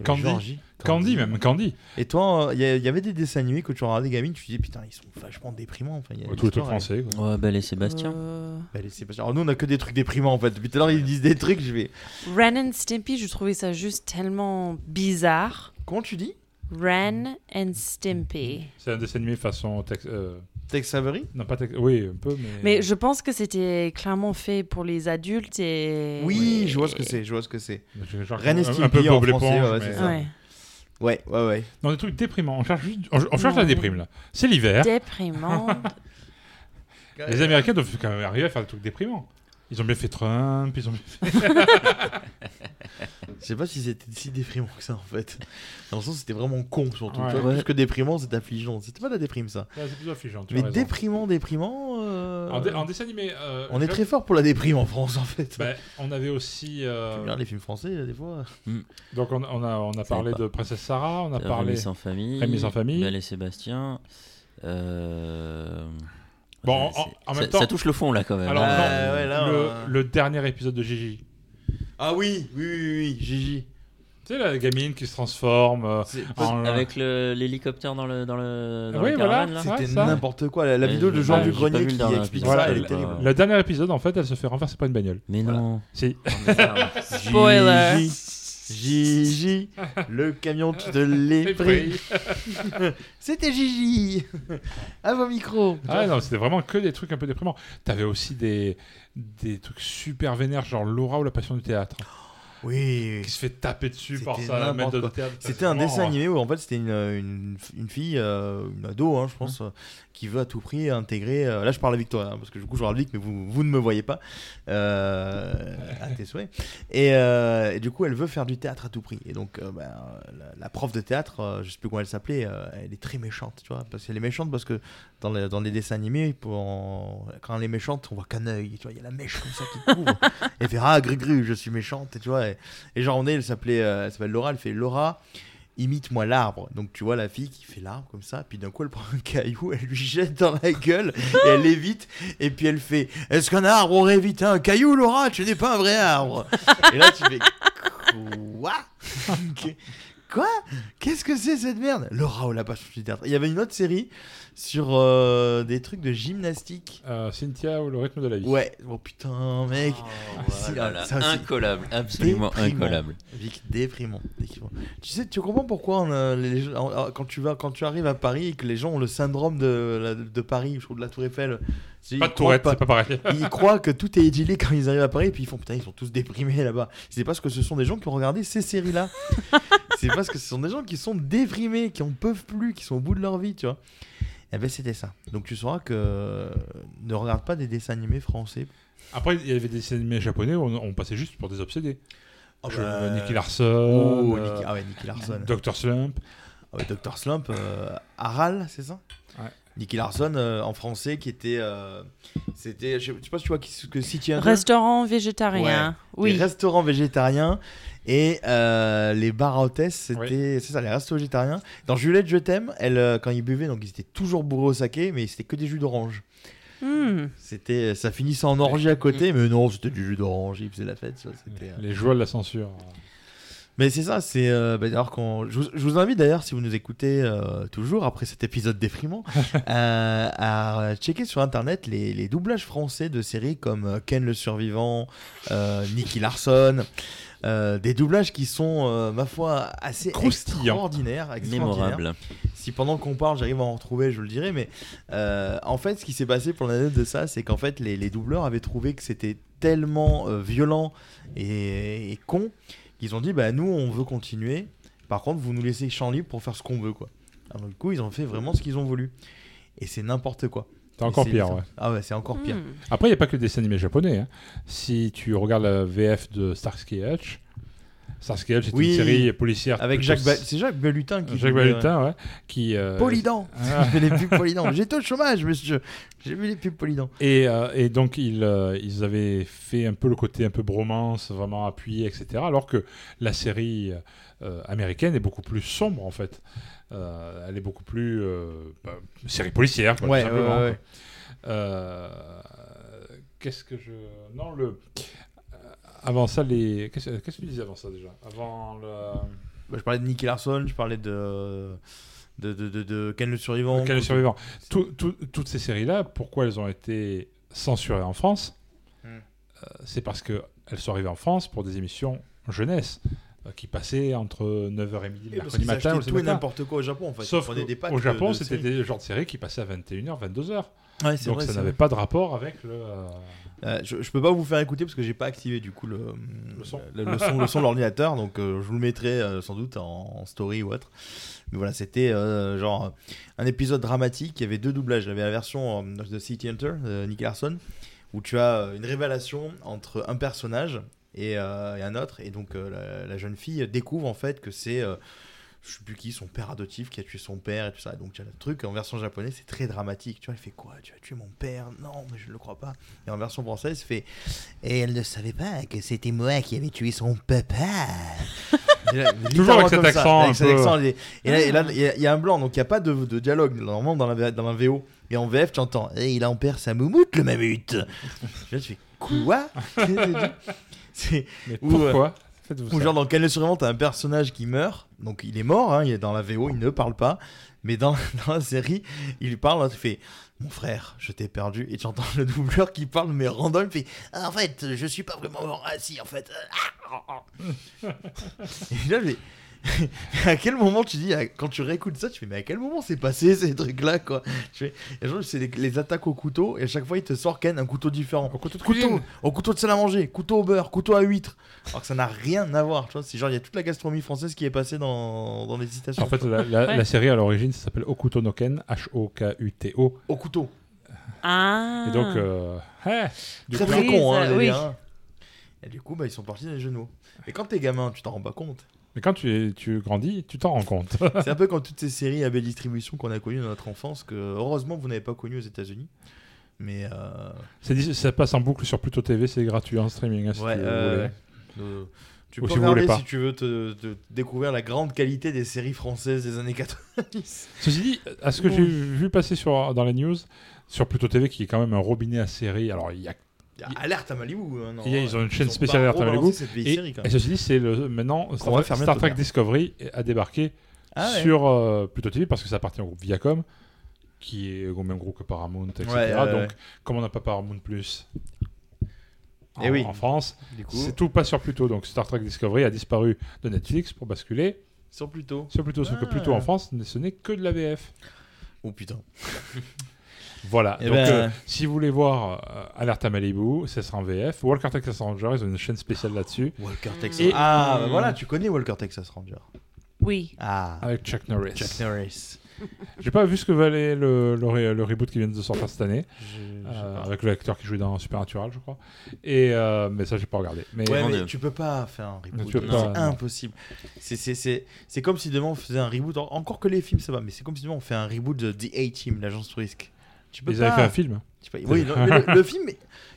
[SPEAKER 11] Il
[SPEAKER 12] Candy. Candy. Candy. même, Candy.
[SPEAKER 11] Et toi, il euh, y, y, avait des dessins animés que tu regardais gamine, tu te dis putain, ils sont vachement déprimants. Enfin, y a
[SPEAKER 12] ouais, tout le français.
[SPEAKER 14] Quoi. Ouais, Belle et Sébastien.
[SPEAKER 11] Euh... Belle et Sébastien. Alors, nous, on a que des trucs déprimants en fait. Depuis tout à l'heure, ils disent des trucs, je vais.
[SPEAKER 13] Ren and Stimpy, je trouvais ça juste tellement bizarre.
[SPEAKER 11] Comment tu dis
[SPEAKER 13] Ren and Stimpy.
[SPEAKER 12] C'est un dessin animé façon Tex. Euh...
[SPEAKER 11] Tex Avery
[SPEAKER 12] Non, pas Tex. Oui, un peu, mais.
[SPEAKER 13] Mais je pense que c'était clairement fait pour les adultes et.
[SPEAKER 11] Oui,
[SPEAKER 13] et...
[SPEAKER 11] je vois ce que c'est. Je vois ce que c'est.
[SPEAKER 12] Ren et Stimpy un peu en français,
[SPEAKER 11] ouais, mais... ça. ouais. Ouais, ouais, ouais.
[SPEAKER 12] Dans des trucs déprimants. On cherche, on, on cherche la déprime, là. C'est l'hiver.
[SPEAKER 13] Déprimant.
[SPEAKER 12] les Américains doivent quand même arriver à faire des trucs déprimants. Ils ont bien fait Trump, ils ont bien fait...
[SPEAKER 11] Je sais pas si c'était si déprimant que ça, en fait. Dans le sens, c'était vraiment con, surtout. Ouais. Ouais. Plus que déprimant, c'est affligeant. C'était pas de la déprime, ça.
[SPEAKER 12] Ouais, c'est plus affligeant, tu
[SPEAKER 11] Mais
[SPEAKER 12] as
[SPEAKER 11] déprimant, déprimant... Euh...
[SPEAKER 12] En, en, dessin animé... Euh,
[SPEAKER 11] on est très fort pour la déprime en France, en fait.
[SPEAKER 12] Bah, on avait aussi... Euh...
[SPEAKER 11] Tu regardes les films français, là, des fois.
[SPEAKER 12] Mm. Donc, on, on, a, on a parlé de Princesse Sarah, on a parlé... Rémi
[SPEAKER 14] sans famille.
[SPEAKER 12] Rémi sans famille.
[SPEAKER 14] Belle et Sébastien. Euh...
[SPEAKER 12] Bon, en, en même
[SPEAKER 14] ça,
[SPEAKER 12] temps,
[SPEAKER 14] ça touche le fond là quand même. Ah,
[SPEAKER 12] Alors, euh, non, ouais, là, le, euh... le, dernier épisode de Gigi.
[SPEAKER 11] Ah oui, oui, oui, oui Gigi.
[SPEAKER 12] Tu sais, la gamine qui se transforme euh, en...
[SPEAKER 14] avec l'hélicoptère dans le dans le. Dans
[SPEAKER 12] oui,
[SPEAKER 14] le
[SPEAKER 12] voilà,
[SPEAKER 11] c'était n'importe quoi. La, la vidéo de Jean du Grenier qui explique
[SPEAKER 12] voilà,
[SPEAKER 11] ça, elle
[SPEAKER 12] la,
[SPEAKER 11] est terrible.
[SPEAKER 12] Le dernier épisode, en fait, elle se fait renverser par une bagnole.
[SPEAKER 14] Mais
[SPEAKER 12] voilà.
[SPEAKER 14] non.
[SPEAKER 12] Si.
[SPEAKER 13] Spoiler.
[SPEAKER 11] Gigi, le camion de l'épris. c'était Gigi. À vos micros.
[SPEAKER 12] Ah non, c'était vraiment que des trucs un peu déprimants. T'avais aussi des, des trucs super vénères, genre Laura ou la passion du théâtre.
[SPEAKER 11] Ah, Oui.
[SPEAKER 12] Qui se fait taper dessus par sa maître de théâtre. Oh,
[SPEAKER 11] C'était un dessin animé où en fait c'était une, une, une, fille, euh, une ado, hein, je pense, hum. euh, qui veut à tout prix intégrer. Euh, là, je parle à Victoire, hein, parce que du coup, je parle Vic, mais vous, vous ne me voyez pas. euh, à tes souhaits. Et, euh, et, du coup, elle veut faire du théâtre à tout prix. Et donc, bah, la, la, prof de théâtre, euh, je sais plus comment elle s'appelait, euh, elle est très méchante, tu vois. Parce qu'elle est méchante parce que dans, les, dans les dessins animés, en... quand elle est méchante, on voit qu'un œil. Tu vois, il y a la mèche comme ça qui couvre. et fait Ah, gru, je suis méchante, et tu vois. Et, et genre, on est, elle s'appelait, euh, elle s'appelle Laura, elle fait Laura, imite-moi l'arbre. Donc tu vois la fille qui fait l'arbre comme ça, puis d'un coup elle prend un caillou, elle lui jette dans la gueule, et elle évite, et puis elle fait Est-ce qu'un arbre aurait évité un caillou, Laura Tu n'es pas un vrai arbre Et là tu fais Quoi Quoi Qu'est-ce que c'est cette merde Laura ou la passion du théâtre. Il y avait une autre série sur euh, des trucs de gymnastique.
[SPEAKER 12] Euh, Cynthia ou le rythme de la vie.
[SPEAKER 11] Ouais. Oh putain, mec.
[SPEAKER 14] Oh, voilà. ça, incollable, absolument
[SPEAKER 11] déprimant.
[SPEAKER 14] incollable.
[SPEAKER 11] Vic, déprimant. déprimant. Tu sais, tu comprends pourquoi on, euh, les, on, quand tu vas, quand tu arrives à Paris et que les gens ont le syndrome de, de, de Paris ou de la Tour Eiffel.
[SPEAKER 12] Pas ils de Tourette, c'est pas pareil.
[SPEAKER 11] ils croient que tout est édilé quand ils arrivent à Paris et puis ils font putain, ils sont tous déprimés là-bas. C'est parce que ce sont des gens qui ont regardé ces séries-là. c'est parce que ce sont des gens qui sont déprimés, qui en peuvent plus, qui sont au bout de leur vie, tu vois. Eh ben, c'était ça. Donc tu sauras que euh, ne regarde pas des dessins animés français.
[SPEAKER 12] Après, il y avait des dessins animés japonais où on, on passait juste pour des obsédés. Oh Je, bah... Nicky Larson.
[SPEAKER 11] Oh, euh... ah ouais, Ah euh, Nicky Larson.
[SPEAKER 12] Dr. Slump.
[SPEAKER 11] Ah ouais, Dr. Slump, euh, Aral, c'est ça
[SPEAKER 12] ouais.
[SPEAKER 11] Nicky Larson euh, en français qui était. euh, c'était. Je sais pas si tu vois qui, que si tu
[SPEAKER 13] Restaurant végétarien.
[SPEAKER 11] Ouais.
[SPEAKER 13] Oui.
[SPEAKER 11] Restaurant végétarien. Et euh, les bars à hôtesses, c'était oui. c'est ça, les restos végétariens. Dans Juliette, je t'aime, elle, euh, quand ils buvaient, donc ils étaient toujours bourrés au saké, mais c'était que des jus d'orange.
[SPEAKER 13] Mmh.
[SPEAKER 11] C'était, ça finissait en orgie à côté, mmh. mais non, c'était du jus d'orange, ils faisaient la fête. Ça, euh,
[SPEAKER 12] les joueurs de la censure.
[SPEAKER 11] Mais c'est ça, c'est. Euh, bah, qu'on, je, je, vous invite d'ailleurs, si vous nous écoutez euh, toujours après cet épisode déprimant, euh, à checker sur internet les, les, doublages français de séries comme euh, Ken le Survivant, euh, Nicky Larson. euh, des doublages qui sont, euh, ma foi, assez extraordinaires,
[SPEAKER 14] extraordinaires.
[SPEAKER 11] Si pendant qu'on parle, j'arrive à en retrouver, je le dirai. Mais euh, en fait, ce qui s'est passé pour l'anecdote de ça, c'est qu'en fait, les, les, doubleurs avaient trouvé que c'était tellement euh, violent et, et con ils ont dit bah nous on veut continuer par contre vous nous laissez champ libre pour faire ce qu'on veut quoi alors du coup ils ont fait vraiment ce qu'ils ont voulu et c'est n'importe quoi
[SPEAKER 12] c'est encore pire ouais
[SPEAKER 11] ah ouais c'est encore
[SPEAKER 13] Hmm.
[SPEAKER 11] pire mmh.
[SPEAKER 12] après il n'y a pas que des dessins animés japonais hein. si tu regardes la VF de Starsky Hutch Starsky Hutch c'est
[SPEAKER 11] oui,
[SPEAKER 12] une série policière
[SPEAKER 11] avec Jacques ba... c'est Jacques Balutin qui
[SPEAKER 12] Jacques Balutin ouais qui euh...
[SPEAKER 11] Polydent ah. j'ai les pubs Polydent j'étais au chômage monsieur j'ai vu les pubs Polydent
[SPEAKER 12] et, euh, et donc ils, euh, ils avaient fait un peu le côté un peu bromance vraiment appuyé etc alors que la série euh, américaine est beaucoup plus sombre en fait Euh, elle est beaucoup plus bah, série policière quoi,
[SPEAKER 11] ouais,
[SPEAKER 12] tout simplement
[SPEAKER 11] ouais,
[SPEAKER 12] ouais. qu'est-ce que je euh, non le avant ça, les. Qu'est-ce que tu disais avant ça déjà Avant le.
[SPEAKER 11] bah, je parlais de Nicky Larson, je parlais de. De, de, de, de Ken le Survivant.
[SPEAKER 12] Ken le Survivant. Tout, tout, toutes ces séries-là, pourquoi elles ont été censurées en France
[SPEAKER 11] Hmm.
[SPEAKER 12] mm. euh, C'est parce qu'elles sont arrivées en France pour des émissions jeunesse euh, qui passait entre 9h et midi le mercredi matin.
[SPEAKER 11] tout et n'importe quoi au Japon, en fait.
[SPEAKER 12] Sauf des pâtes au Japon, de, de c'était des genres de séries qui passaient à 21h, 22h.
[SPEAKER 11] Ouais,
[SPEAKER 12] Donc
[SPEAKER 11] vrai,
[SPEAKER 12] ça n'avait pas de rapport avec le...
[SPEAKER 11] Euh, je, ne peux pas vous faire écouter parce que j'ai pas activé du coup le,
[SPEAKER 12] le son,
[SPEAKER 11] le, le son, son de l'ordinateur, donc euh, je vous le mettrai euh, sans doute en, en, story ou autre. Mais voilà, c'était euh, genre un épisode dramatique. Il y avait deux doublages. Il y avait la version euh, de City Hunter de Nick Larson où tu as euh, une révélation entre un personnage et, euh, et, un autre. Et donc euh, la, la, jeune fille découvre en fait que c'est, euh, je sais plus qui, son père adoptif qui a tué son père et tout ça. Et donc tu as le truc en version japonaise, c'est très dramatique. Tu vois, elle fait quoi Tu as tué mon père Non, mais je ne le crois pas. Et en version française, fait et elle ne savait pas que c'était moi qui avait tué son papa.
[SPEAKER 12] Là, Toujours avec cet accent. euh,
[SPEAKER 11] Avec cet accent et, et là, il y, y, a un blanc, donc il n'y a pas de, de, dialogue normalement dans la, dans la VO. Et en VF, tu entends eh, il en perd sa moumoute, le mammouth. là, tu fais quoi
[SPEAKER 12] Mais pourquoi euh,
[SPEAKER 11] Ou genre dans Quel est survivant, t'as un personnage qui meurt, donc il est mort, hein, il est dans la VO, il ne parle pas, mais dans, dans la série, il parle, tu fais mon frère, je t'ai perdu, et tu entends le doubleur qui parle, mais random, fait ah, en fait, je suis pas vraiment mort, ah si, en fait. Ah, ah, et là, mais. à quel moment tu dis, quand tu réécoutes ça, tu fais, mais à quel moment c'est passé ces trucs-là, quoi tu fais, genre, c'est les, les, attaques au couteau, et à chaque fois, il te sort Ken un couteau différent.
[SPEAKER 12] Au couteau de
[SPEAKER 11] couteau,
[SPEAKER 12] cuisine.
[SPEAKER 11] Au couteau de salle à manger, couteau au beurre, couteau à huître. Alors que ça n'a rien à voir, tu vois. C'est genre, il y a toute la gastronomie française qui est passée dans, dans les citations.
[SPEAKER 12] En fait, la, la, ouais. la série à l'origine, ça s'appelle Au couteau no Ken, H-O-K-U-T-O.
[SPEAKER 11] Au couteau.
[SPEAKER 13] Ah.
[SPEAKER 12] Et donc, euh, hey,
[SPEAKER 11] du très, coup, très con, hein, oui. hein. Et du coup, bah, ils sont partis des genoux. Et quand t'es gamin, tu t'en rends pas compte.
[SPEAKER 12] Mais quand tu, es, tu grandis, tu t'en rends compte.
[SPEAKER 11] c'est un peu comme toutes ces séries à belle distribution qu'on a connues dans notre enfance, que heureusement vous n'avez pas connues aux États-Unis. Mais. Euh...
[SPEAKER 12] Ça passe en boucle sur Pluto TV, c'est gratuit en streaming. Hein, si
[SPEAKER 11] ouais,
[SPEAKER 12] tu,
[SPEAKER 11] euh... euh, tu peux si regarder si tu veux te, te, découvrir la grande qualité des séries françaises des années 90.
[SPEAKER 12] Ceci dit, à ce que bon. j'ai vu passer sur, dans les news, sur Pluto TV, qui est quand même un robinet à séries, alors il y a
[SPEAKER 11] Alerte à Malibu. Hein, non,
[SPEAKER 12] et ils ont une chaîne spéciale Alerte à Malibu. Et, et, ceci dit, c'est le maintenant Star, Star Trek Discovery a débarqué ah ouais. sur euh, Pluto TV parce que ça appartient au groupe Viacom, qui est au même groupe que Paramount, etc. Ouais, ouais, Donc, comme on n'a pas Paramount Plus. En,
[SPEAKER 11] et oui.
[SPEAKER 12] en France, c'est tout pas sur Pluto. Donc Star Trek Discovery a disparu de Netflix pour basculer
[SPEAKER 11] sur Pluto.
[SPEAKER 12] Sur Pluto, ah. sauf que Pluto en France, ce n'est que de la VF.
[SPEAKER 11] Oh putain.
[SPEAKER 12] Voilà.
[SPEAKER 11] Eh
[SPEAKER 12] Et Donc, ben... euh, si vous voulez voir euh, Alerte à Malibu, ça sera en VF. Walker Texas Ranger, ils ont une chaîne spéciale là-dessus.
[SPEAKER 11] Walker Texas. Et... Ah, bah voilà, tu connais Walker Texas Ranger.
[SPEAKER 13] Oui.
[SPEAKER 11] Ah.
[SPEAKER 12] Avec Chuck Norris.
[SPEAKER 11] Chuck Norris.
[SPEAKER 12] J'ai pas vu ce que valait le, le, re le reboot qui vient de sortir cette année, je, je euh, avec l'acteur qui jouait dans Supernatural, je crois. Et euh, mais ça, j'ai pas regardé. Mais,
[SPEAKER 11] ouais, mais tu peux pas faire un reboot, c'est impossible. C'est comme si demain on faisait un reboot. Encore que les films, ça va, mais c'est comme si demain on fait un reboot de The A-Team, l'agence touristique.
[SPEAKER 12] Tu peux Ils pas... avaient fait un film.
[SPEAKER 11] Tu peux... Oui, non, mais le, le, film,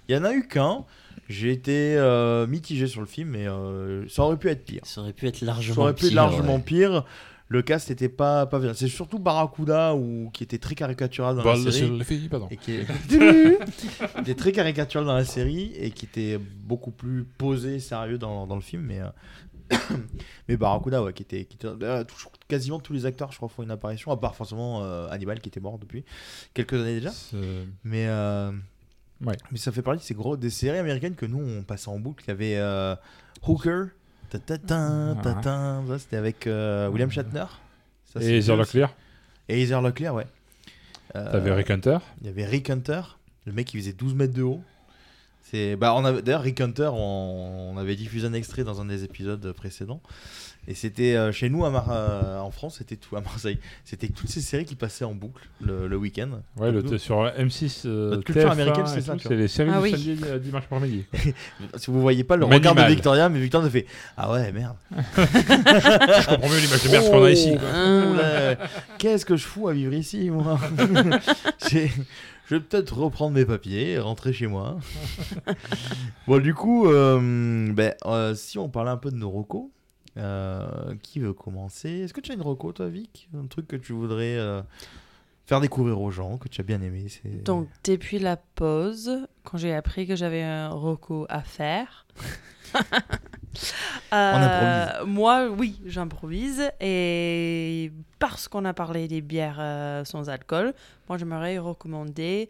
[SPEAKER 11] il y en a eu qu'un. J'ai été euh, mitigé sur le film, mais euh, ça aurait pu être pire.
[SPEAKER 14] Ça aurait pu être largement pire.
[SPEAKER 11] Ça aurait pu être largement
[SPEAKER 14] ouais.
[SPEAKER 11] pire le cast n'était pas pas C'est surtout Barracuda ou qui était très caricatural dans
[SPEAKER 14] Bah,
[SPEAKER 12] bon,
[SPEAKER 11] la série.
[SPEAKER 12] Filles, pardon.
[SPEAKER 11] Et qui est... était très caricatural dans la série et qui était beaucoup plus posé, sérieux dans, dans le film, mais. Euh... mais Barracuda, ouais, qui était, qui était euh, tout, quasiment tous les acteurs, je crois, font une apparition, à part forcément euh, Hannibal qui était mort depuis quelques années déjà. Mais, euh,
[SPEAKER 12] ouais.
[SPEAKER 11] mais ça fait partie de ces gros, des séries américaines que nous on passait en boucle. Il y avait euh, Hooker, ah. c'était avec euh, William Shatner.
[SPEAKER 12] Ça, et Heather Locklear.
[SPEAKER 11] Et Heather Locklear, ouais.
[SPEAKER 12] Euh, T'avais Rick Hunter.
[SPEAKER 11] Il y avait Rick Hunter, le mec qui faisait 12 mètres de haut. C'est bah on avait d'ailleurs Rick Hunter, on... on, avait diffusé un extrait dans un des épisodes précédents. Et c'était euh, chez nous à Mar... en France, c'était tout à Marseille. C'était toutes ces séries qui passaient en boucle le, le week-end.
[SPEAKER 12] Ouais, le nous, sur euh, M6.
[SPEAKER 11] notre culture TF1 américaine, c'est ça.
[SPEAKER 12] C'est les séries ah, du oui. samedi, dimanche par midi.
[SPEAKER 11] Ah. si vous voyez pas le mais regard animal. de Victoria, mais Victoria fait ah ouais merde.
[SPEAKER 12] je comprends mieux l'image de merde oh, qu'on a ici.
[SPEAKER 11] Euh, Qu'est-ce que je fous à vivre ici moi je vais peut-être reprendre mes papiers et rentrer chez moi. bon, du coup, euh, ben, euh, si on parlait un peu de nos recos, euh, qui veut commencer Est-ce que tu as une reco, toi, Vic Un truc que tu voudrais euh, faire découvrir aux gens, que tu as bien aimé
[SPEAKER 13] Donc, depuis la pause, quand j'ai appris que j'avais un reco à faire. Euh, moi, oui, j'improvise. Et parce qu'on a parlé des bières euh, sans alcool, moi, j'aimerais recommander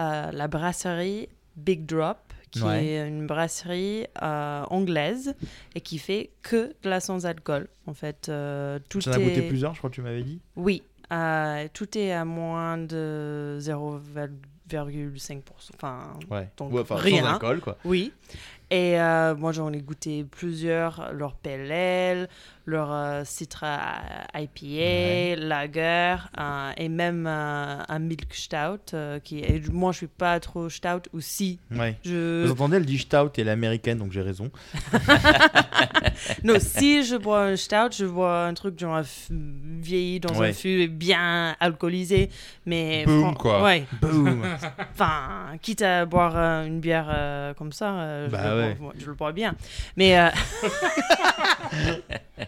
[SPEAKER 13] euh, la brasserie Big Drop, qui
[SPEAKER 14] Ouais.
[SPEAKER 13] est une brasserie euh, anglaise et qui fait que de la sans alcool. En fait, euh, tout
[SPEAKER 11] Tu en as goûté
[SPEAKER 13] est-
[SPEAKER 11] plusieurs, je crois que tu m'avais dit.
[SPEAKER 13] oui, euh, tout est à moins de 0,5%. Enfin,
[SPEAKER 11] Ouais.
[SPEAKER 13] donc
[SPEAKER 11] Ouais, enfin, sans
[SPEAKER 13] rien.
[SPEAKER 11] alcool, quoi.
[SPEAKER 13] Oui. Et euh, moi, j'en ai goûté plusieurs. Leur PLL, leur euh, Citra euh, IPA, Lager, euh, et même euh, un Milk Stout. euh, qui est... et Moi, je suis pas trop Stout aussi.
[SPEAKER 11] Ouais.
[SPEAKER 13] Je...
[SPEAKER 11] Vous entendez, elle dit Stout et elle est américaine, donc j'ai raison.
[SPEAKER 13] Non, si je bois un stout, je bois un truc genre euh, f- vieilli dans
[SPEAKER 11] Ouais.
[SPEAKER 13] un fût bien alcoolisé, mais
[SPEAKER 11] Boom,
[SPEAKER 13] fran-
[SPEAKER 11] quoi.
[SPEAKER 13] Ouais.
[SPEAKER 11] Boom.
[SPEAKER 13] enfin, quitte à boire euh, une bière euh, comme ça, euh, je,
[SPEAKER 11] Bah
[SPEAKER 13] le
[SPEAKER 11] ouais.
[SPEAKER 13] bois, je le bois bien. Mais euh,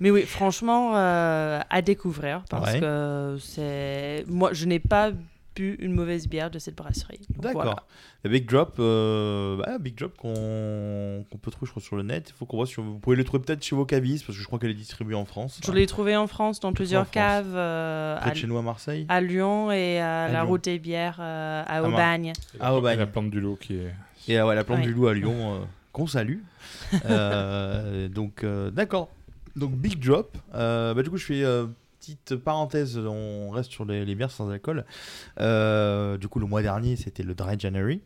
[SPEAKER 13] mais oui, franchement, euh, à découvrir parce
[SPEAKER 11] Ouais.
[SPEAKER 13] que c'est moi, je n'ai pas bu une mauvaise bière de cette brasserie. Donc
[SPEAKER 11] D'accord.
[SPEAKER 13] voilà.
[SPEAKER 11] La Big Drop, euh, bah, Big Drop qu'on qu'on peut trouver, je crois, sur le net. Il faut qu'on voit si on- vous pouvez le trouver peut-être chez vos cavistes, parce que je crois qu'elle est distribuée en France.
[SPEAKER 13] Je l'ai trouvé en France dans plusieurs
[SPEAKER 11] en France.
[SPEAKER 13] caves. euh,
[SPEAKER 11] Près de chez nous, à Marseille
[SPEAKER 13] À Lyon et à,
[SPEAKER 11] À
[SPEAKER 13] la
[SPEAKER 11] Lyon.
[SPEAKER 13] route des bières euh, à
[SPEAKER 11] Mar-
[SPEAKER 13] Aubagne.
[SPEAKER 11] Ah, Aubagne.
[SPEAKER 12] La plante du lot qui est.
[SPEAKER 11] Et euh, ouais, la plante
[SPEAKER 13] Ouais.
[SPEAKER 11] du loup à Lyon, euh, qu'on salue. Euh, donc, euh, d'accord. Donc, Big Drop. Euh, bah, du coup, je fais euh, petite parenthèse. On reste sur les, les bières sans alcool. Euh, du coup, le mois dernier, c'était le Dry January.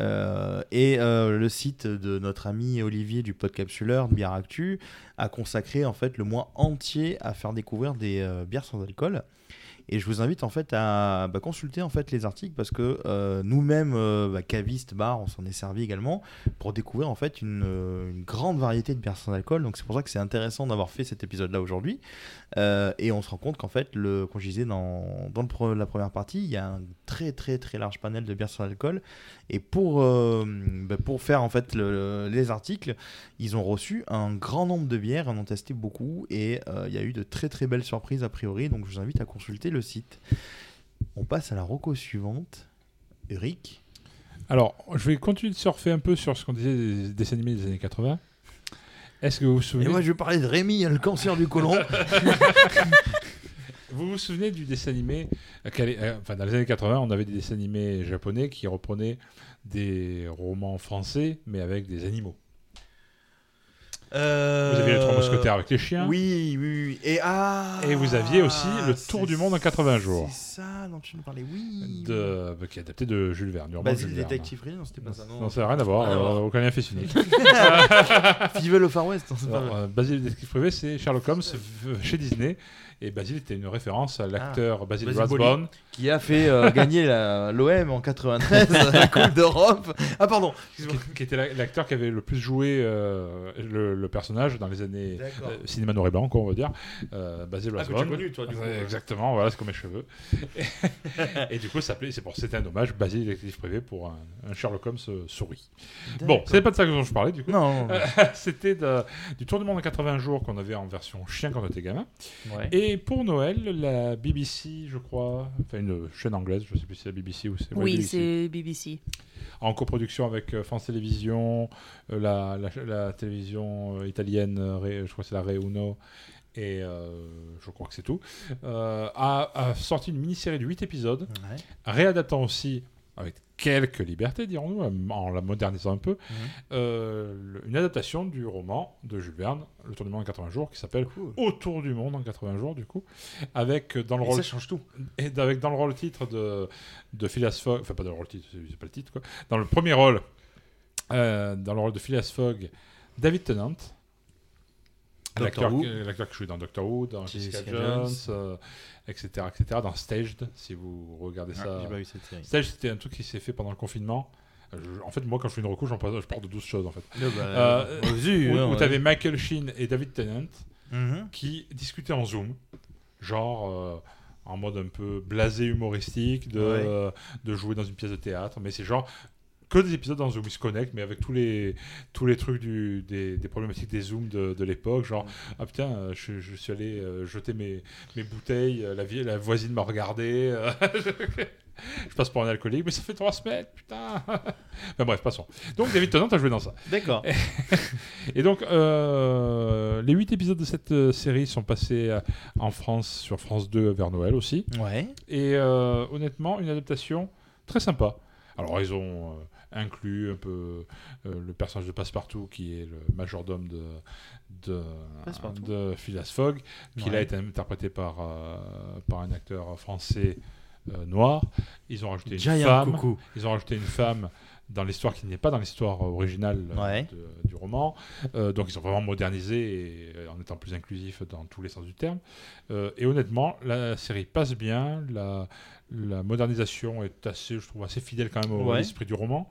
[SPEAKER 11] Euh, et euh, le site de notre ami Olivier du Podcapsuleur, de Bière Actu, a consacré en fait le mois entier à faire découvrir des euh, bières sans alcool. Et je vous invite en fait à bah, consulter en fait les articles parce que euh, nous-mêmes, euh, bah, cavistes, bars, on s'en est servi également pour découvrir en fait une, euh, une grande variété de bières sans alcool. Donc c'est pour ça que c'est intéressant d'avoir fait cet épisode-là aujourd'hui. Euh, et on se rend compte qu'en fait, le, comme je disais dans, dans le pre- la première partie, il y a un très très très large panel de bières sans alcool. Et pour, euh, bah, pour faire en fait le- les articles, ils ont reçu un grand nombre de bières, en ont testé beaucoup et euh, il y a eu de très très belles surprises a priori. Donc je vous invite à consulter le site. On passe à la roco suivante. Eric.
[SPEAKER 12] Alors, je vais continuer de surfer un peu sur ce qu'on disait des dessins animés des années 80. Est-ce que vous vous
[SPEAKER 11] Et
[SPEAKER 12] souvenez
[SPEAKER 11] moi je vais parler de Rémi, hein, le cancer du côlon.
[SPEAKER 12] Vous vous souvenez du dessin animé euh, qu'elle est- euh, Enfin, dans les années 80, on avait des dessins animés japonais qui reprenaient des romans français, mais avec des animaux. Vous aviez les trois mousquetaires avec les chiens.
[SPEAKER 11] Euh, Oui, oui, oui. Et, ah,
[SPEAKER 12] Et vous aviez aussi le Tour du monde en 80 jours,
[SPEAKER 11] C'est ça dont tu nous parlais, oui.
[SPEAKER 12] de, bah, qui est adapté de Jules Verne. du roman de
[SPEAKER 11] Basile
[SPEAKER 12] Jules Verne.
[SPEAKER 11] Détective Ray, non, c'était pas ça.
[SPEAKER 12] Non, ça n'a rien à voir. euh, aucun lien fait unique.
[SPEAKER 11] Vive le Far West. non, c'est pas
[SPEAKER 12] Alors,
[SPEAKER 11] vrai.
[SPEAKER 12] euh, Basile le détective privé, c'est Sherlock Holmes v- chez Disney. Et Basile était une référence à l'acteur
[SPEAKER 11] Ah,
[SPEAKER 12] Basile
[SPEAKER 11] Basil Boli,
[SPEAKER 12] Rathbone.
[SPEAKER 11] Qui a fait euh, gagner la- l'OM en 93, la Coupe d'Europe. Ah, pardon.
[SPEAKER 12] qui, qui était la- l'acteur qui avait le plus joué euh, le, le personnage dans les années
[SPEAKER 11] D'accord.
[SPEAKER 12] euh, cinéma noir et blanc, quoi, on va dire. Euh, Basil
[SPEAKER 11] Ah, que tu as
[SPEAKER 12] Rathbone.
[SPEAKER 11] connu, toi, du coup.
[SPEAKER 12] Ouais, Exactement, voilà, c'est comme mes cheveux. et, et du coup, ça s'appelait- c'est pour c'était un hommage Basile détective privé pour un, un Sherlock Holmes euh, souris. Bon,
[SPEAKER 11] D'accord.
[SPEAKER 12] c'est pas de ça dont je parlais, du coup.
[SPEAKER 11] Non.
[SPEAKER 12] Euh, c'était de- du Tour du monde en 80 jours qu'on avait en version chien quand on était gamin.
[SPEAKER 11] Ouais.
[SPEAKER 12] Et pour Noël, la BBC, je crois, enfin une chaîne anglaise, je sais plus si c'est la BBC ou c'est ouais,
[SPEAKER 13] Oui,
[SPEAKER 12] BBC
[SPEAKER 13] c'est BBC.
[SPEAKER 12] en coproduction avec euh, France Télévisions, euh, la, la- la télévision euh, italienne, euh, Re- je crois que c'est la Reuno, et euh, je crois que c'est tout, euh, a, a sorti une mini-série de 8 épisodes,
[SPEAKER 11] Ouais.
[SPEAKER 12] réadaptant aussi, avec quelques libertés, dirons-nous, en- en la modernisant un peu, euh, le- une adaptation du roman de Jules Verne, Le Tour du Monde en 80 jours, qui s'appelle Autour du Monde en 80 jours, du coup, avec euh, dans le
[SPEAKER 11] Et
[SPEAKER 12] rôle...
[SPEAKER 11] ça change tout.
[SPEAKER 12] Et avec dans le rôle titre de, de Phileas Fogg, enfin pas dans le rôle titre, c'est c'est pas le titre quoi, dans le premier rôle, euh, dans le rôle de Phileas Fogg, David Tennant,
[SPEAKER 11] Doctor
[SPEAKER 12] l'acteur
[SPEAKER 11] Who.
[SPEAKER 12] qui- l'acteur qui joue dans Doctor Who, dans
[SPEAKER 11] Jessica
[SPEAKER 12] Jessica,
[SPEAKER 11] Jones.
[SPEAKER 12] Jones, euh, etc., etc., dans Staged, si vous regardez
[SPEAKER 11] Ah,
[SPEAKER 12] ça.
[SPEAKER 11] j'ai pas vu cette série.
[SPEAKER 12] Staged, c'était un truc qui s'est fait pendant le confinement. Euh, je- en fait, moi, quand je fais une recouche, j'en parle- je parle de 12 choses en fait. Euh,
[SPEAKER 11] Ah bah, vas-y,
[SPEAKER 12] où
[SPEAKER 11] ouais,
[SPEAKER 12] où
[SPEAKER 11] ouais.
[SPEAKER 12] t'avais Michael Sheen et David Tennant
[SPEAKER 11] Mhm.
[SPEAKER 12] qui discutaient en Zoom, genre euh, en mode un peu blasé humoristique, de,
[SPEAKER 11] Ouais.
[SPEAKER 12] de jouer dans une pièce de théâtre, mais c'est genre que des épisodes en Zoom, ils se connectent, mais avec tous les, tous les trucs du, des, des problématiques des Zooms de, de l'époque, genre,
[SPEAKER 11] Mhm.
[SPEAKER 12] ah putain, euh, je, je suis allé euh, jeter mes, mes bouteilles, euh, la, vie, la voisine m'a regardé. euh. je passe pour un alcoolique, mais ça fait trois semaines, putain. ben bref, passons. Donc David Tennant a joué dans ça.
[SPEAKER 11] D'accord.
[SPEAKER 12] Et donc, euh, les huit épisodes de cette euh, série sont passés euh, en France, sur France 2, vers Noël aussi.
[SPEAKER 11] Ouais.
[SPEAKER 12] Et euh, honnêtement, une adaptation très sympa. Alors, ils ont euh, inclus un peu euh, le personnage de Passepartout qui est le majordome de de, de Phileas Fogg qui là
[SPEAKER 11] Ouais.
[SPEAKER 12] est interprété par euh, par un acteur français euh, noir ils ont rajouté une
[SPEAKER 11] Giant
[SPEAKER 12] femme
[SPEAKER 11] Coucou.
[SPEAKER 12] ils ont rajouté une femme dans l'histoire qui n'est pas dans l'histoire originale euh,
[SPEAKER 11] Ouais.
[SPEAKER 12] de- du roman Euh, donc ils ont vraiment modernisé et, euh, en étant plus inclusif dans tous les sens du terme Euh, et honnêtement la série passe bien la la modernisation est assez, je trouve, assez fidèle quand même au
[SPEAKER 11] Ouais.
[SPEAKER 12] esprit du roman.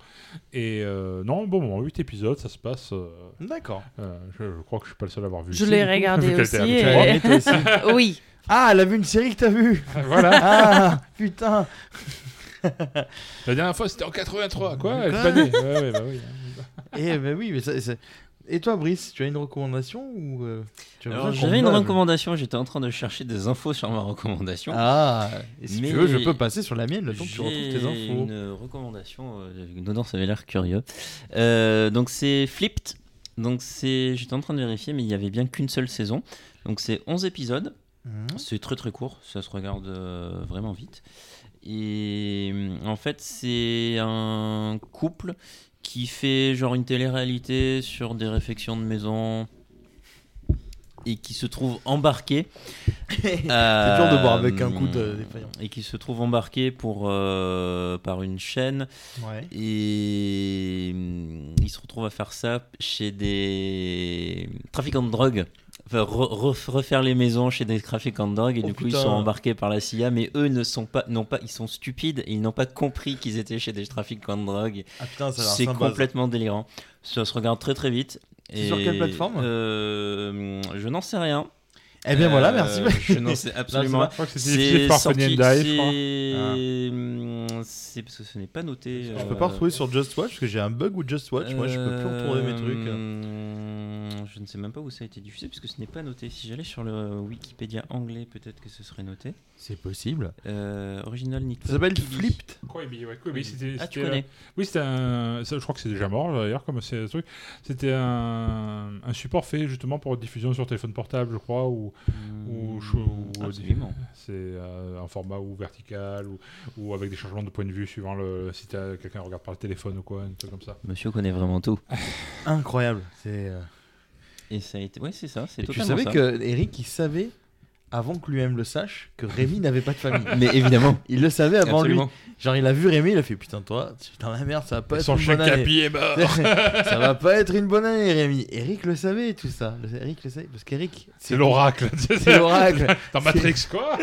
[SPEAKER 12] Et euh, non, bon, bon, 8 épisodes, ça se passe. euh,
[SPEAKER 11] D'accord.
[SPEAKER 12] euh, je, je crois que je suis pas le seul à avoir vu.
[SPEAKER 13] Je
[SPEAKER 12] ici,
[SPEAKER 13] l'ai
[SPEAKER 12] du coup,
[SPEAKER 13] regardé
[SPEAKER 12] vu qu'elle était
[SPEAKER 13] aussi
[SPEAKER 12] avec
[SPEAKER 13] et-
[SPEAKER 12] moi.
[SPEAKER 13] Mais toi aussi. Oui.
[SPEAKER 11] Ah, elle a vu une série que t'as vue
[SPEAKER 12] Voilà.
[SPEAKER 11] Ah, putain
[SPEAKER 12] La dernière fois, c'était en 83, quoi. elle
[SPEAKER 11] Quoi
[SPEAKER 12] est pas née. Ouais, ouais, bah oui.
[SPEAKER 11] Eh ben oui, mais ça, ça- Et toi, Brice, tu as une recommandation ou euh, tu as
[SPEAKER 14] Alors,
[SPEAKER 11] besoin qu'on
[SPEAKER 14] J'avais une
[SPEAKER 11] blâme
[SPEAKER 14] recommandation, j'étais en train de chercher des infos sur ma recommandation.
[SPEAKER 11] Ah, et si
[SPEAKER 14] Mais
[SPEAKER 11] tu veux, je peux passer sur la mienne le temps que tu
[SPEAKER 14] j'ai
[SPEAKER 11] retrouves tes infos.
[SPEAKER 14] une recommandation, euh, Nodor, ça avait l'air curieux. Euh, donc c'est Flipped. Donc c'est, j'étais en train de vérifier, mais il n'y avait bien qu'une seule saison. Donc c'est 11 épisodes.
[SPEAKER 11] Mhm.
[SPEAKER 14] C'est très très court, ça se regarde euh, vraiment vite. Et hum, en fait, c'est un couple qui fait genre une télé-réalité sur des réfections de maison et qui se trouve embarqué.
[SPEAKER 11] C'est dur de boire avec un coup de- défaillant.
[SPEAKER 14] Euh, Et qui se trouve embarqué pour, euh, par une chaîne.
[SPEAKER 11] Ouais.
[SPEAKER 14] Et hum, il se retrouve à faire ça chez des trafiquants de drogue. Enfin, re- re- refaire les maisons chez des trafiquants de drogue et
[SPEAKER 11] Oh,
[SPEAKER 14] du coup
[SPEAKER 11] putain.
[SPEAKER 14] ils sont embarqués par la CIA mais eux ne sont pas non pas ils sont stupides et ils n'ont pas compris qu'ils étaient chez des trafiquants de drogue
[SPEAKER 11] Ah, putain, ça a l'air
[SPEAKER 14] c'est
[SPEAKER 11] sympa, ça.
[SPEAKER 14] complètement délirant ça se regarde très très vite
[SPEAKER 11] C'est sur quelle plateforme
[SPEAKER 14] euh, je n'en sais rien Euh,
[SPEAKER 11] Eh bien, voilà, merci.
[SPEAKER 14] je n'en sais absolument
[SPEAKER 11] Non, c'est vrai.
[SPEAKER 14] pas.
[SPEAKER 11] Je crois que c'est
[SPEAKER 14] C'est
[SPEAKER 11] diffusé par
[SPEAKER 14] sorti-
[SPEAKER 11] Funny and Die, je crois.
[SPEAKER 14] c'est-
[SPEAKER 11] Ah.
[SPEAKER 14] hum, C'est parce que ce n'est pas noté. euh,
[SPEAKER 11] Je peux pas retrouver sur Just Watch parce que j'ai un bug ou Just Watch. Moi, je peux plus retrouver mes trucs.
[SPEAKER 14] trucs. euh, Je ne sais même pas où ça a été diffusé puisque ce n'est pas noté. Si j'allais sur le Wikipédia anglais, peut-être que ce serait noté. Euh,
[SPEAKER 11] C'est possible.
[SPEAKER 14] original Need
[SPEAKER 11] Ça
[SPEAKER 14] for
[SPEAKER 11] s'appelle
[SPEAKER 14] Speed.
[SPEAKER 11] Flipped.
[SPEAKER 12] Koibi, ouais, Koibi, c'était.
[SPEAKER 14] Ah, tu
[SPEAKER 12] c'était,
[SPEAKER 14] connais.
[SPEAKER 12] euh, Oui, c'était un. ça, je crois que c'est déjà mort d'ailleurs, comme c'est un truc. C'était un, un support fait justement pour diffusion sur téléphone portable, je crois, ou. ou, cho- ou-
[SPEAKER 14] Hmm, absolument.
[SPEAKER 12] C'est euh, un format ou vertical, ou, ou avec des changements de point de vue suivant le. Si t'as- quelqu'un regarde par le téléphone ou quoi, un truc comme ça.
[SPEAKER 14] Monsieur connaît vraiment tout.
[SPEAKER 11] Incroyable. C'est. euh,
[SPEAKER 14] Et ça a été. Ouais, c'est ça. C'est
[SPEAKER 11] Et tu
[SPEAKER 14] totalement
[SPEAKER 11] savais
[SPEAKER 14] ça.
[SPEAKER 11] que Eric, il savait avant que lui-même le sache que Rémi n'avait pas de famille.
[SPEAKER 14] Mais évidemment.
[SPEAKER 11] il le savait avant
[SPEAKER 14] Absolument.
[SPEAKER 11] lui. Genre, il a vu Rémi, il a fait putain toi, putain la merde, ça va pas
[SPEAKER 12] Et
[SPEAKER 11] être
[SPEAKER 12] son
[SPEAKER 11] une bonne
[SPEAKER 12] chèque bah,
[SPEAKER 11] année.
[SPEAKER 12] Happy est mort.
[SPEAKER 11] ça va pas être une bonne année, Rémi. Eric le savait tout ça. Le- Eric le savait parce qu'Eric.
[SPEAKER 12] C'est l'oracle.
[SPEAKER 11] C'est l'oracle.
[SPEAKER 12] Dans Matrix, quoi.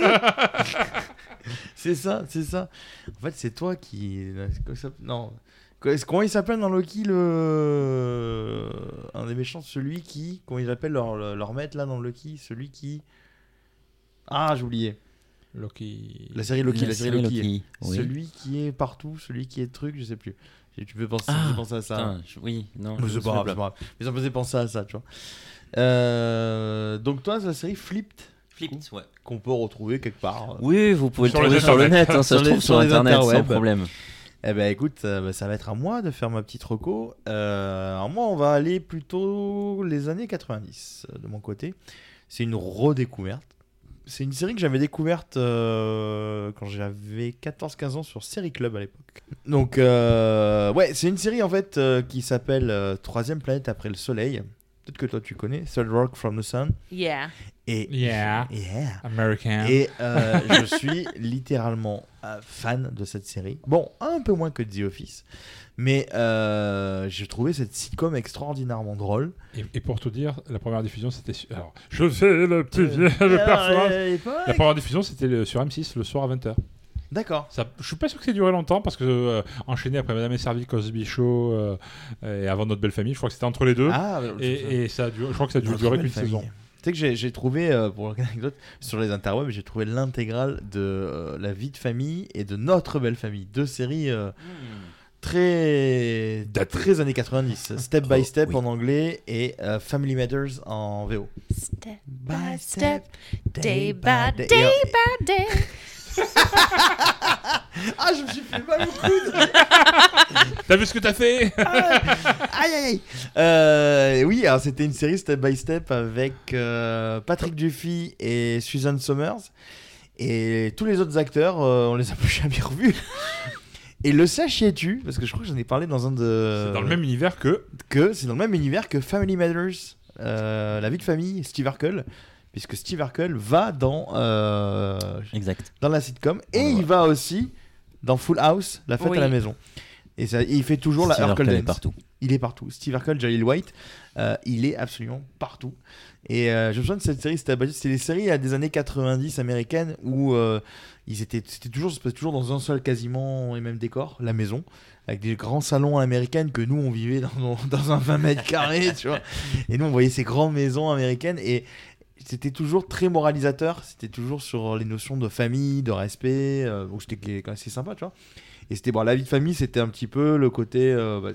[SPEAKER 11] c'est ça, c'est ça. En fait, c'est toi qui. comment il s'appelle- Non. Comment il s'appelle dans Loki le. Un des méchants, celui qui. Comment il appelle leur, leur maître là dans Loki Celui qui. Ah, j'ai oublié.
[SPEAKER 12] Loki.
[SPEAKER 11] La série Loki, la,
[SPEAKER 14] La
[SPEAKER 11] série,
[SPEAKER 14] série
[SPEAKER 11] Loki.
[SPEAKER 14] Loki, oui.
[SPEAKER 11] Celui qui est partout, celui qui est truc, je sais plus. Et Tu peux penser,
[SPEAKER 14] Ah,
[SPEAKER 11] j'ai pensé à ça.
[SPEAKER 14] putain, je- oui, non, je
[SPEAKER 11] Mais c'est
[SPEAKER 14] me
[SPEAKER 11] pas
[SPEAKER 14] souviens
[SPEAKER 11] grave,
[SPEAKER 14] pas.
[SPEAKER 11] c'est pas grave. Mais ça me faisait penser à ça, tu vois. Euh, donc toi, la série Flipped.
[SPEAKER 14] Flipped, ouais.
[SPEAKER 11] Qu'on peut retrouver quelque part. euh,
[SPEAKER 14] Oui, vous pouvez le Sur les trouver sur le internets. net, hein, ça se
[SPEAKER 11] les-
[SPEAKER 14] trouve sur
[SPEAKER 11] les
[SPEAKER 14] internet, sans
[SPEAKER 11] interwebs.
[SPEAKER 14] problème.
[SPEAKER 11] Eh ben écoute, euh, bah, ça va être à moi de faire ma petite reco. Euh, alors moi, on va aller plutôt les années 90 euh, de mon côté. C'est une redécouverte. C'est une série que j'avais découverte euh, quand j'avais 14-15 ans sur Série Club à l'époque. Donc euh, ouais, c'est une série en fait euh, qui s'appelle euh, Troisième planète après le Soleil. Peut-être que toi tu connais, Third Rock from the Sun.
[SPEAKER 13] Yeah.
[SPEAKER 11] Et
[SPEAKER 12] Yeah.
[SPEAKER 11] Yeah.
[SPEAKER 12] American.
[SPEAKER 11] Et euh, je suis littéralement euh, fan de cette série. Bon, un peu moins que The Office, mais euh, j'ai trouvé cette sitcom extraordinairement drôle.
[SPEAKER 12] Et, et pour tout dire, la première diffusion, c'était. sur- Alors, je fais le
[SPEAKER 11] Euh,
[SPEAKER 12] petit vieux, le personnage. La première diffusion, c'était le- sur M6 le soir à 20h.
[SPEAKER 11] D'accord.
[SPEAKER 12] Je suis pas sûr que ça ait duré longtemps parce que euh, enchaîné après Madame et Servie, Cosby Show euh, et avant notre belle famille, je crois que c'était entre les deux.
[SPEAKER 11] Ah, bah, c'est ça.
[SPEAKER 12] et, et ça a dû- je crois que ça a dû
[SPEAKER 11] Notre
[SPEAKER 12] durer
[SPEAKER 11] belle
[SPEAKER 12] qu'une
[SPEAKER 11] famille.
[SPEAKER 12] saison.
[SPEAKER 11] Tu sais que j'ai- j'ai trouvé, euh, pour l'anecdote, sur les interwebs, j'ai trouvé l'intégrale de euh, La vie de famille et de Notre belle famille. Deux séries euh,
[SPEAKER 12] Hmm.
[SPEAKER 11] très, très années 90. Step by Step en anglais et euh, Family Matters en VO.
[SPEAKER 13] Step by step, day by day by day.
[SPEAKER 11] ah, je me suis fait mal au coude
[SPEAKER 12] T'as vu ce que t'as fait
[SPEAKER 11] Aïe, aïe, aïe euh, Oui, alors c'était une série step by step avec euh, Patrick Duffy et Susan Somers. Et tous les autres acteurs, euh, on les a plus jamais revus. Et le sachiez-tu Parce que je crois que j'en ai parlé dans un de.
[SPEAKER 12] C'est dans le même univers que.
[SPEAKER 11] Que c'est dans le même univers que Family Matters, euh, la vie de famille, Steve Urkel, puisque Steve Urkel va dans. euh,
[SPEAKER 14] Exact.
[SPEAKER 11] Dans la sitcom et il va aussi dans Full House, la fête
[SPEAKER 13] Oui.
[SPEAKER 11] à la maison. Et, ça, et il fait toujours la
[SPEAKER 14] Steve
[SPEAKER 11] Urkel
[SPEAKER 14] Urkel est
[SPEAKER 11] dance.
[SPEAKER 14] partout.
[SPEAKER 11] Il est partout. Steve Urkel, Jalil White, euh, il est absolument partout. Et euh, je me souviens de cette série, c'était c'est des séries à des années 90 américaines où euh, ils étaient c'était toujours ça se passait toujours dans un seul quasiment et même décor, la maison, avec des grands salons américains que nous on vivait dans, dans un 20 mètres carrés, tu vois. Et nous on voyait ces grandes maisons américaines et c'était toujours très moralisateur, c'était toujours sur les notions de famille, de respect, euh, donc c'était assez sympa, tu vois. Et c'était bon, la vie de famille, c'était un petit peu le côté. euh, bah,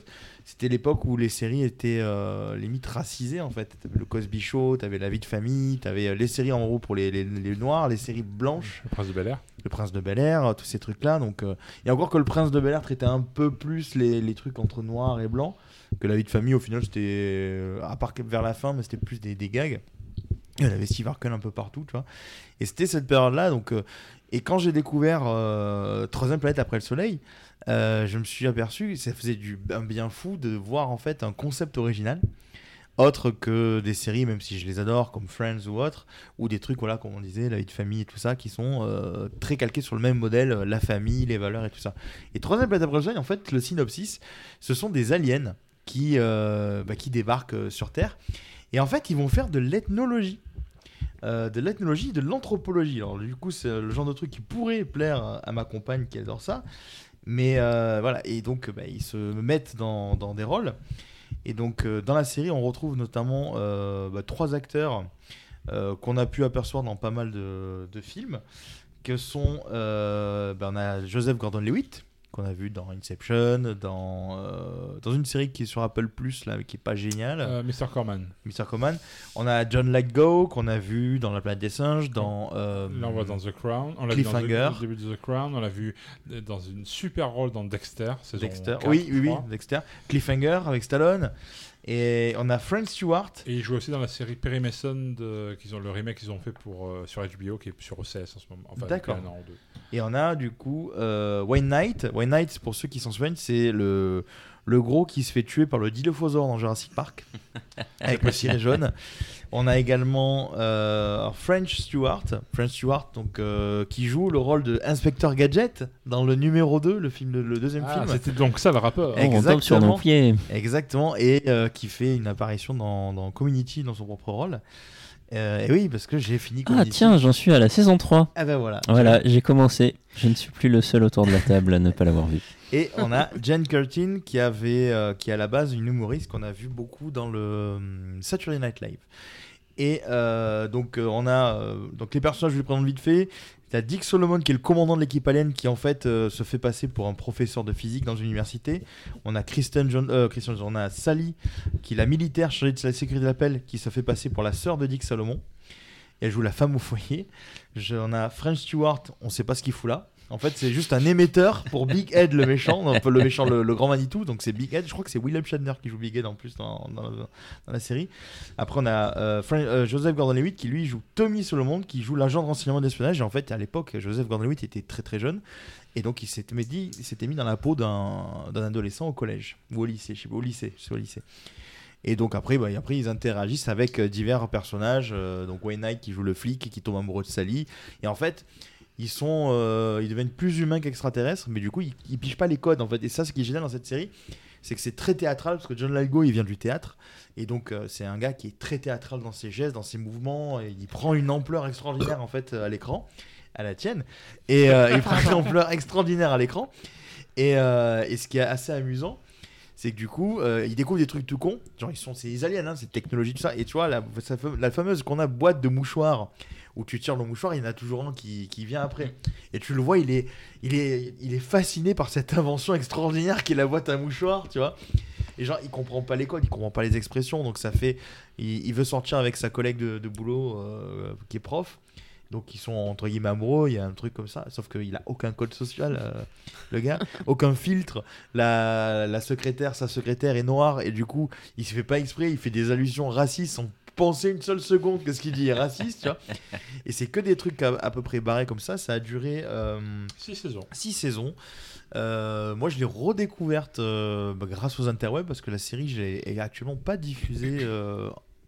[SPEAKER 11] c'était l'époque où les séries étaient euh, limite racisées en fait. T'avais le Cosby Show, t'avais la vie de famille, t'avais euh, les séries en gros pour les, les- les noirs, les séries blanches,
[SPEAKER 12] Le prince de Bel Air.
[SPEAKER 11] le Prince de Bel Air, euh, tous ces trucs-là. Donc, euh, et encore que le Prince de Bel Air traitait un peu plus les, les trucs entre noirs et blancs, que la vie de famille au final c'était euh, à part que vers la fin, mais c'était plus des, des gags. Il y en avait Steve Urkel un peu partout, tu vois. Et c'était cette période-là. Donc, euh, et quand j'ai découvert euh, Troisième planète après le Soleil, euh, je me suis aperçu, ça faisait du un bien fou de voir en fait un concept original, autre que des séries, même si je les adore, comme Friends ou autre, ou des trucs, voilà, comme on disait, la vie de famille et tout ça, qui sont euh, très calqués sur le même modèle, euh, la famille, les valeurs et tout ça. Et Troisième planète après le Soleil, en fait, le synopsis, ce sont des aliens qui, euh, bah, qui débarquent euh, sur Terre. Et en fait, ils vont faire de l'ethnologie euh, de l'ethnologie et de l'anthropologie. Alors, du coup, c'est le genre de truc qui pourrait plaire à ma compagne qui adore ça. Mais euh, voilà, et donc bah, ils se mettent dans, dans des rôles. Et donc, euh, dans la série, on retrouve notamment euh, bah, trois acteurs euh, qu'on a pu apercevoir dans pas mal de, de films. Que sont. euh, bah, on a Joseph Gordon Lewitt, qu'on a vu dans Inception, dans, euh, dans une série qui est sur Apple, là, mais qui est pas géniale.
[SPEAKER 12] Euh, Mr. Corman.
[SPEAKER 11] Mr. Coman. On a John Lithgow qu'on a vu dans La planète des singes, dans euh,
[SPEAKER 12] Mm. Là, on voit dans The Crown. On l'a vu dans le
[SPEAKER 11] Cliffhanger.
[SPEAKER 12] début de The Crown. On l'a vu dans une super rôle dans Dexter. saison
[SPEAKER 11] Dexter.
[SPEAKER 12] 4,
[SPEAKER 11] oui,
[SPEAKER 12] je
[SPEAKER 11] oui, oui,
[SPEAKER 12] crois.
[SPEAKER 11] Dexter. Cliffhanger avec Stallone. Et on a Frank Stewart.
[SPEAKER 12] Et il joue aussi dans la série Perry Mason, de, qu'ils ont, le remake qu'ils ont fait pour, euh, sur HBO, qui est sur OCS en ce moment. Enfin, depuis
[SPEAKER 11] D'accord.
[SPEAKER 12] un an ou deux.
[SPEAKER 11] Et on a du coup euh, Wayne Knight. Wayne Knight, pour ceux qui s'en souviennent, c'est le, le gros qui se fait tuer par le dilophosaure dans Jurassic Park, avec le ciré jaune. On a également euh, French Stewart, French Stewart donc, euh, qui joue le rôle de Inspecteur Gadget dans le numéro 2, le, film, le deuxième
[SPEAKER 12] Ah,
[SPEAKER 11] film. Eh.
[SPEAKER 12] c'était donc ça le rappeur.
[SPEAKER 11] Exactement.
[SPEAKER 14] On tombe sur nos pieds. Ah,
[SPEAKER 11] Exactement, et euh, qui fait une apparition dans, dans Community dans son propre rôle. Euh, et oui, parce que j'ai fini
[SPEAKER 14] Ah
[SPEAKER 11] Community.
[SPEAKER 14] tiens, j'en suis à la saison 3.
[SPEAKER 11] Ah ben voilà.
[SPEAKER 14] Voilà, j'ai commencé. Je ne suis plus le seul autour de la table à ne pas l'avoir vu.
[SPEAKER 11] Et on a Jen Curtin qui avait, euh, qui est à la base une humoriste qu'on a vu beaucoup dans le euh, Saturday Night Live. Et euh, donc euh, on a euh, donc les personnages, je les présente vite fait. T'as Dick Solomon qui est le commandant de l'équipe Alien qui en fait euh, se fait passer pour un professeur de physique dans une université. On a Kristen John, euh, Kristen John- on a Sally qui est la militaire chargée de la sécurité de l'appel qui se fait passer pour la sœur de Dick Solomon. Et elle joue la femme au foyer. Je- on a French Stewart, on sait pas ce qu'il fout là. En fait, c'est juste un émetteur pour Big Ed, le méchant, non, le méchant, le, le grand Manitou. Donc c'est Big Ed. Je crois que c'est William Shatner qui joue Big Ed en plus dans, dans- dans la série. Après, on a euh, Fran- euh, Joseph Gordon-Levitt qui lui joue Tommy Solomon, qui joue l'agent de renseignement et d'espionnage. Et en fait, à l'époque, Joseph Gordon-Levitt était très très jeune. Et donc, il s'était mis, dit- il s'était mis dans la peau d'un d'un adolescent au collège ou au lycée. Je sais pas, au lycée, je sais au lycée. Et donc après, bah, et après, ils interagissent avec euh, divers personnages. euh, donc Wayne Knight qui joue le flic et qui tombe amoureux de Sally. Et en fait, ils sont, euh, ils deviennent plus humains qu'extraterrestres, mais du coup, ils, ils pigent pas les codes en fait. Et ça, ce qui est génial dans cette série, c'est que c'est très théâtral parce que John Lithgow, il vient du théâtre, et donc euh, c'est un gars qui est très théâtral dans ses gestes, dans ses mouvements, et il prend une ampleur extraordinaire en fait euh, à l'écran, à la tienne, et euh, il prend une ampleur extraordinaire à l'écran. Et, euh, et ce qui est assez amusant, c'est que du coup, euh, ils découvrent des trucs tout cons. Genre, ils sont c'est des aliens, hein, c'est technologie, tout ça. Et tu vois, la, sa- la fameuse qu'on a boîte de mouchoirs, où tu tires le mouchoir, il y en a toujours un qui, qui vient après. Et tu le vois, il est, il, est, il est fasciné par cette invention extraordinaire qui est la boîte à mouchoirs, tu vois. Et genre, il comprend pas les codes, il comprend pas les expressions. Donc, ça fait. Il, il veut sortir avec sa collègue de, de boulot euh, qui est prof. Donc ils sont entre guillemets amoureux, il y a un truc comme ça, sauf qu'il a aucun code social, euh, le gars, aucun filtre. La, la secrétaire, sa secrétaire est noire et du coup il se fait pas exprès, il fait des allusions racistes sans penser une seule seconde que ce qu'il dit est raciste, tu vois. Et c'est que des trucs à, à, peu près barrés comme ça. Ça a duré 6
[SPEAKER 12] euh, saisons.
[SPEAKER 11] Six saisons. Euh, moi, je l'ai redécouverte euh, bah, grâce aux interwebs parce que la série je est actuellement pas diffusée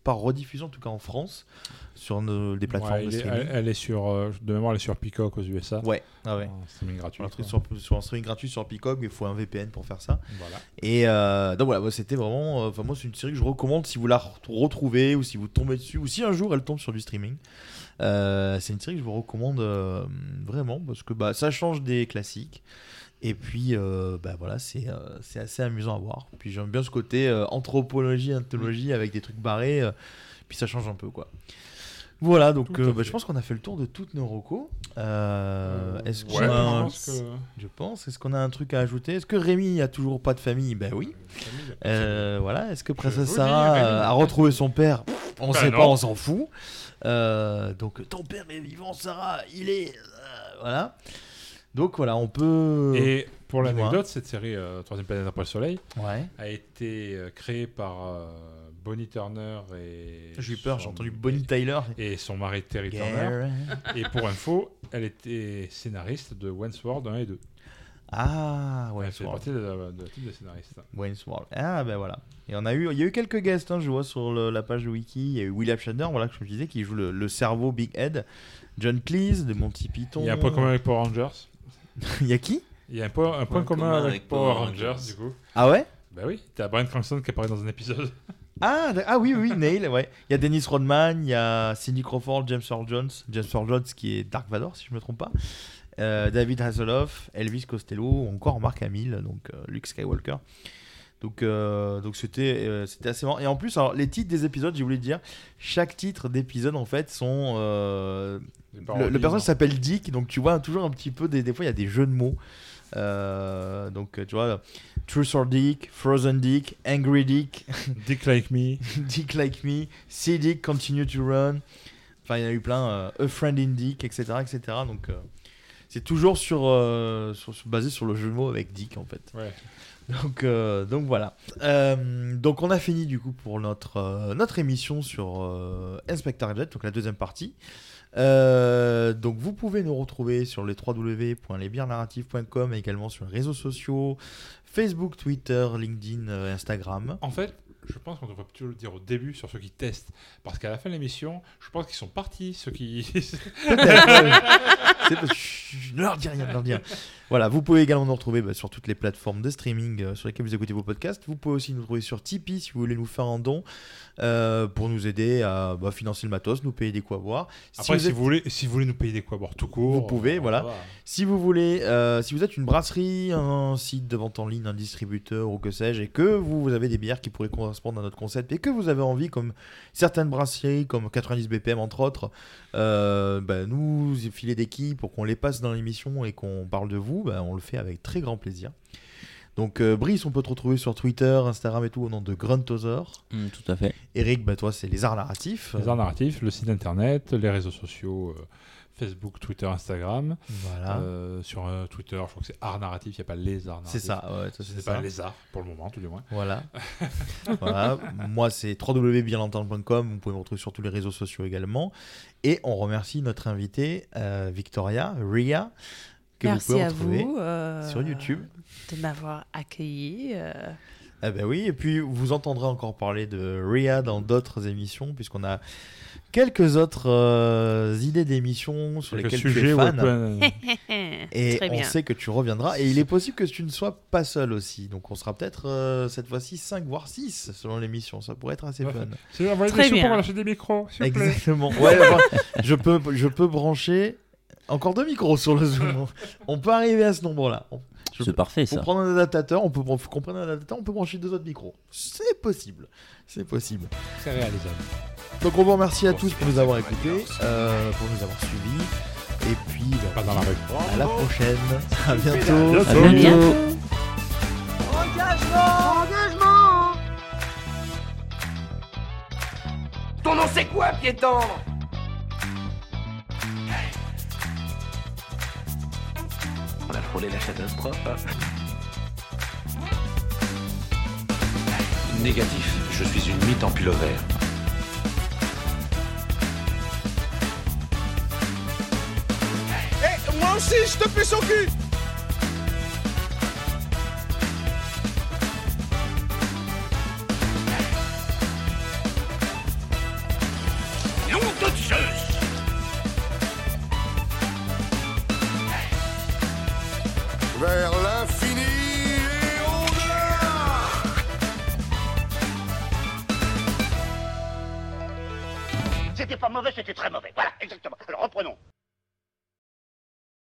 [SPEAKER 11] par rediffusion en tout cas en France sur nos, des plateformes ouais, de streaming.
[SPEAKER 12] Elle, elle, est sur, euh, de mémoire, elle est sur Peacock aux USA.
[SPEAKER 11] Ouais, ah ouais.
[SPEAKER 12] En streaming gratuit.
[SPEAKER 11] Un truc sur, sur, un streaming gratuit sur Peacock, mais il faut un VPN pour faire ça. Voilà. Et euh, donc voilà, c'était vraiment. Enfin, euh, moi, c'est une série que je recommande si vous la retrouvez ou si vous tombez dessus ou si un jour elle tombe sur du streaming. Euh, c'est une série que je vous recommande euh, vraiment parce que bah, ça change des classiques. Et puis, euh, bah voilà, c'est euh, assez amusant à voir. Puis j'aime bien ce côté euh, anthropologie, anthologie, avec des trucs barrés. euh, puis ça change un peu, quoi. Voilà, donc bah, je pense qu'on a fait le tour de toutes nos recos. Euh,
[SPEAKER 12] Euh,
[SPEAKER 11] Est-ce qu'on ouais, a... Je pense. Que... Est-ce qu'on a un truc à ajouter Est-ce que Rémi a toujours pas de famille Ben oui. Famille, Euh, voilà. Est-ce que Princesse Sarah dire, a retrouvé son père On
[SPEAKER 12] Bah
[SPEAKER 11] ne ben sait non. pas, on s'en fout. Euh, donc ton père est vivant, Sarah. Il est... euh, voilà. Donc voilà, on peut.
[SPEAKER 12] Euh, Et pour l'anecdote, cette série euh, Troisième planète après le soleil
[SPEAKER 11] ouais.
[SPEAKER 12] a été euh, créée par euh, Bonnie Turner et.
[SPEAKER 11] J'ai eu peur, j'ai entendu Bonnie Tyler.
[SPEAKER 12] Et son mari Terry Turner. et pour info, elle était scénariste de Wentworth 1 et 2.
[SPEAKER 11] Ah,
[SPEAKER 12] ouais. Elle fait partie de, la, de la team des scénaristes.
[SPEAKER 11] Wayne's World. Ah, ben voilà. Et on a eu, il y a eu quelques guests, hein, je vois sur le, la page de Wiki. Il y a eu William Shatner, voilà, que je me disais, qui joue le, le cerveau Big Head. John Cleese de Monty Python.
[SPEAKER 12] Il y a un point commun avec Power Rangers.
[SPEAKER 11] il y a qui
[SPEAKER 12] Il y a un, po un point, point, commun, avec, avec Power Rangers, Rangers, du coup.
[SPEAKER 11] Ah ouais
[SPEAKER 12] Bah oui, t'as Brian Cranston qui apparaît dans un épisode.
[SPEAKER 11] Ah, ah oui, oui, Neil, ouais. Il y a Dennis Rodman, il y a Cindy Crawford, James Earl Jones, James Earl Jones qui est Dark Vador, si je me trompe pas. Euh, David Hasselhoff, Elvis Costello, encore Mark Hamill, donc euh, Luke Skywalker. Donc, euh, donc c'était, euh, c'était assez marrant. Et en plus, alors, les titres des épisodes, j'ai voulu dire, chaque titre d'épisode, en fait, sont. Euh, le, le, personnage s'appelle Dick, donc tu vois toujours un petit peu, des, des fois, il y a des jeux de mots. Euh, donc, tu vois, True or Dick, Frozen Dick, Angry Dick,
[SPEAKER 12] Dick Like Me,
[SPEAKER 11] Dick Like Me, See Dick Continue to Run. Enfin, il y en a eu plein, euh, A Friend in Dick, etc. etc. donc, euh, c'est toujours sur, euh, sur, basé sur le jeu de mots avec Dick, en fait.
[SPEAKER 12] Ouais.
[SPEAKER 11] Donc, euh, donc voilà. Euh, donc on a fini du coup pour notre, euh, notre émission sur euh, Inspector Jet, donc la deuxième partie. Euh, donc vous pouvez nous retrouver sur les www.lesbiernarratifs.com également sur les réseaux sociaux, Facebook, Twitter, LinkedIn, euh, Instagram.
[SPEAKER 12] En fait, je pense qu'on devrait plutôt le dire au début sur ceux qui testent, parce qu'à la fin de l'émission, je pense qu'ils sont partis, ceux qui...
[SPEAKER 11] ne leur dis rien, ne leur dis rien. Voilà, vous pouvez également nous retrouver bah, sur toutes les plateformes de streaming euh, sur lesquelles vous écoutez vos podcasts. Vous pouvez aussi nous trouver sur Tipeee si vous voulez nous faire un don euh, pour nous aider à bah, financer le matos, nous payer des quoi boire.
[SPEAKER 12] Si Après, vous si, êtes... vous voulez, si vous voulez nous payer des quoi boire tout court,
[SPEAKER 11] vous pouvez, euh, voilà. voilà. Si vous voulez, euh, si vous êtes une brasserie, un site de vente en ligne, un distributeur ou que sais-je, et que vous, vous avez des bières qui pourraient correspondre à notre concept et que vous avez envie, comme certaines brasseries, comme 90 BPM entre autres, bah, nous filer des quilles pour qu'on les passe dans l'émission et qu'on parle de vous, bah on le fait avec très grand plaisir. Donc euh, Brice, on peut te retrouver sur Twitter, Instagram et tout au nom de Gruntosaur.
[SPEAKER 14] Mm, tout à fait.
[SPEAKER 11] Eric, bah, toi, c'est les arts narratifs.
[SPEAKER 12] Les arts narratifs, le site internet, les réseaux sociaux. Euh, Facebook, Twitter, Instagram.
[SPEAKER 11] Voilà.
[SPEAKER 12] Euh, sur Twitter, je crois que c'est art narratif, il n'y a pas les arts narratifs.
[SPEAKER 11] C'est ça, ouais,
[SPEAKER 12] c'est pas les arts pour le moment, tout du moins.
[SPEAKER 11] Voilà. voilà. Moi, c'est www.bienlentendre.com. Vous pouvez me retrouver sur tous les réseaux sociaux également. Et on remercie notre invitée, euh, Victoria, Ria. Que
[SPEAKER 13] Merci
[SPEAKER 11] vous
[SPEAKER 13] à vous, euh,
[SPEAKER 11] sur YouTube.
[SPEAKER 13] De m'avoir accueilli. Euh...
[SPEAKER 11] Ah ben oui, et puis vous entendrez encore parler de Ria dans d'autres émissions, puisqu'on a quelques autres euh, idées d'émissions sur quelques lesquelles tu es fan. et
[SPEAKER 13] Très
[SPEAKER 11] on
[SPEAKER 13] bien.
[SPEAKER 11] sait que tu reviendras. Et il est possible que tu ne sois pas seul aussi. Donc on sera peut-être euh, cette fois-ci 5 voire 6 selon l'émission. Ça pourrait être assez
[SPEAKER 12] ouais.
[SPEAKER 11] fun.
[SPEAKER 12] C'est envoyer des sous pour lâcher des micros. Plaît.
[SPEAKER 11] Exactement. Ouais, bah, je, peux, je peux brancher encore deux micros sur le Zoom. on peut arriver à ce nombre-là.
[SPEAKER 14] C'est parfait ça.
[SPEAKER 11] On prend un adaptateur, on peut on prend un adaptateur, on peut brancher deux autres micros. C'est possible. C'est possible.
[SPEAKER 12] C'est réalisable.
[SPEAKER 11] Donc on vous remercie à tous pour nous avoir écoutés, euh, pour nous avoir suivis. Et puis
[SPEAKER 12] bah, Pas dans la rue.
[SPEAKER 11] à la prochaine. À bientôt.
[SPEAKER 14] À bientôt. À bientôt.
[SPEAKER 3] Engagement Engagement
[SPEAKER 2] Ton nom c'est quoi, piéton
[SPEAKER 1] contrôler la catastrophe.
[SPEAKER 9] Négatif, je suis une mythe en pullover.
[SPEAKER 15] Eh, moi aussi, je te fais son cul
[SPEAKER 5] Nom de Zeus
[SPEAKER 16] vers l'infini et au-delà.
[SPEAKER 17] C'était pas mauvais, c'était très mauvais. Voilà, exactement. Alors reprenons.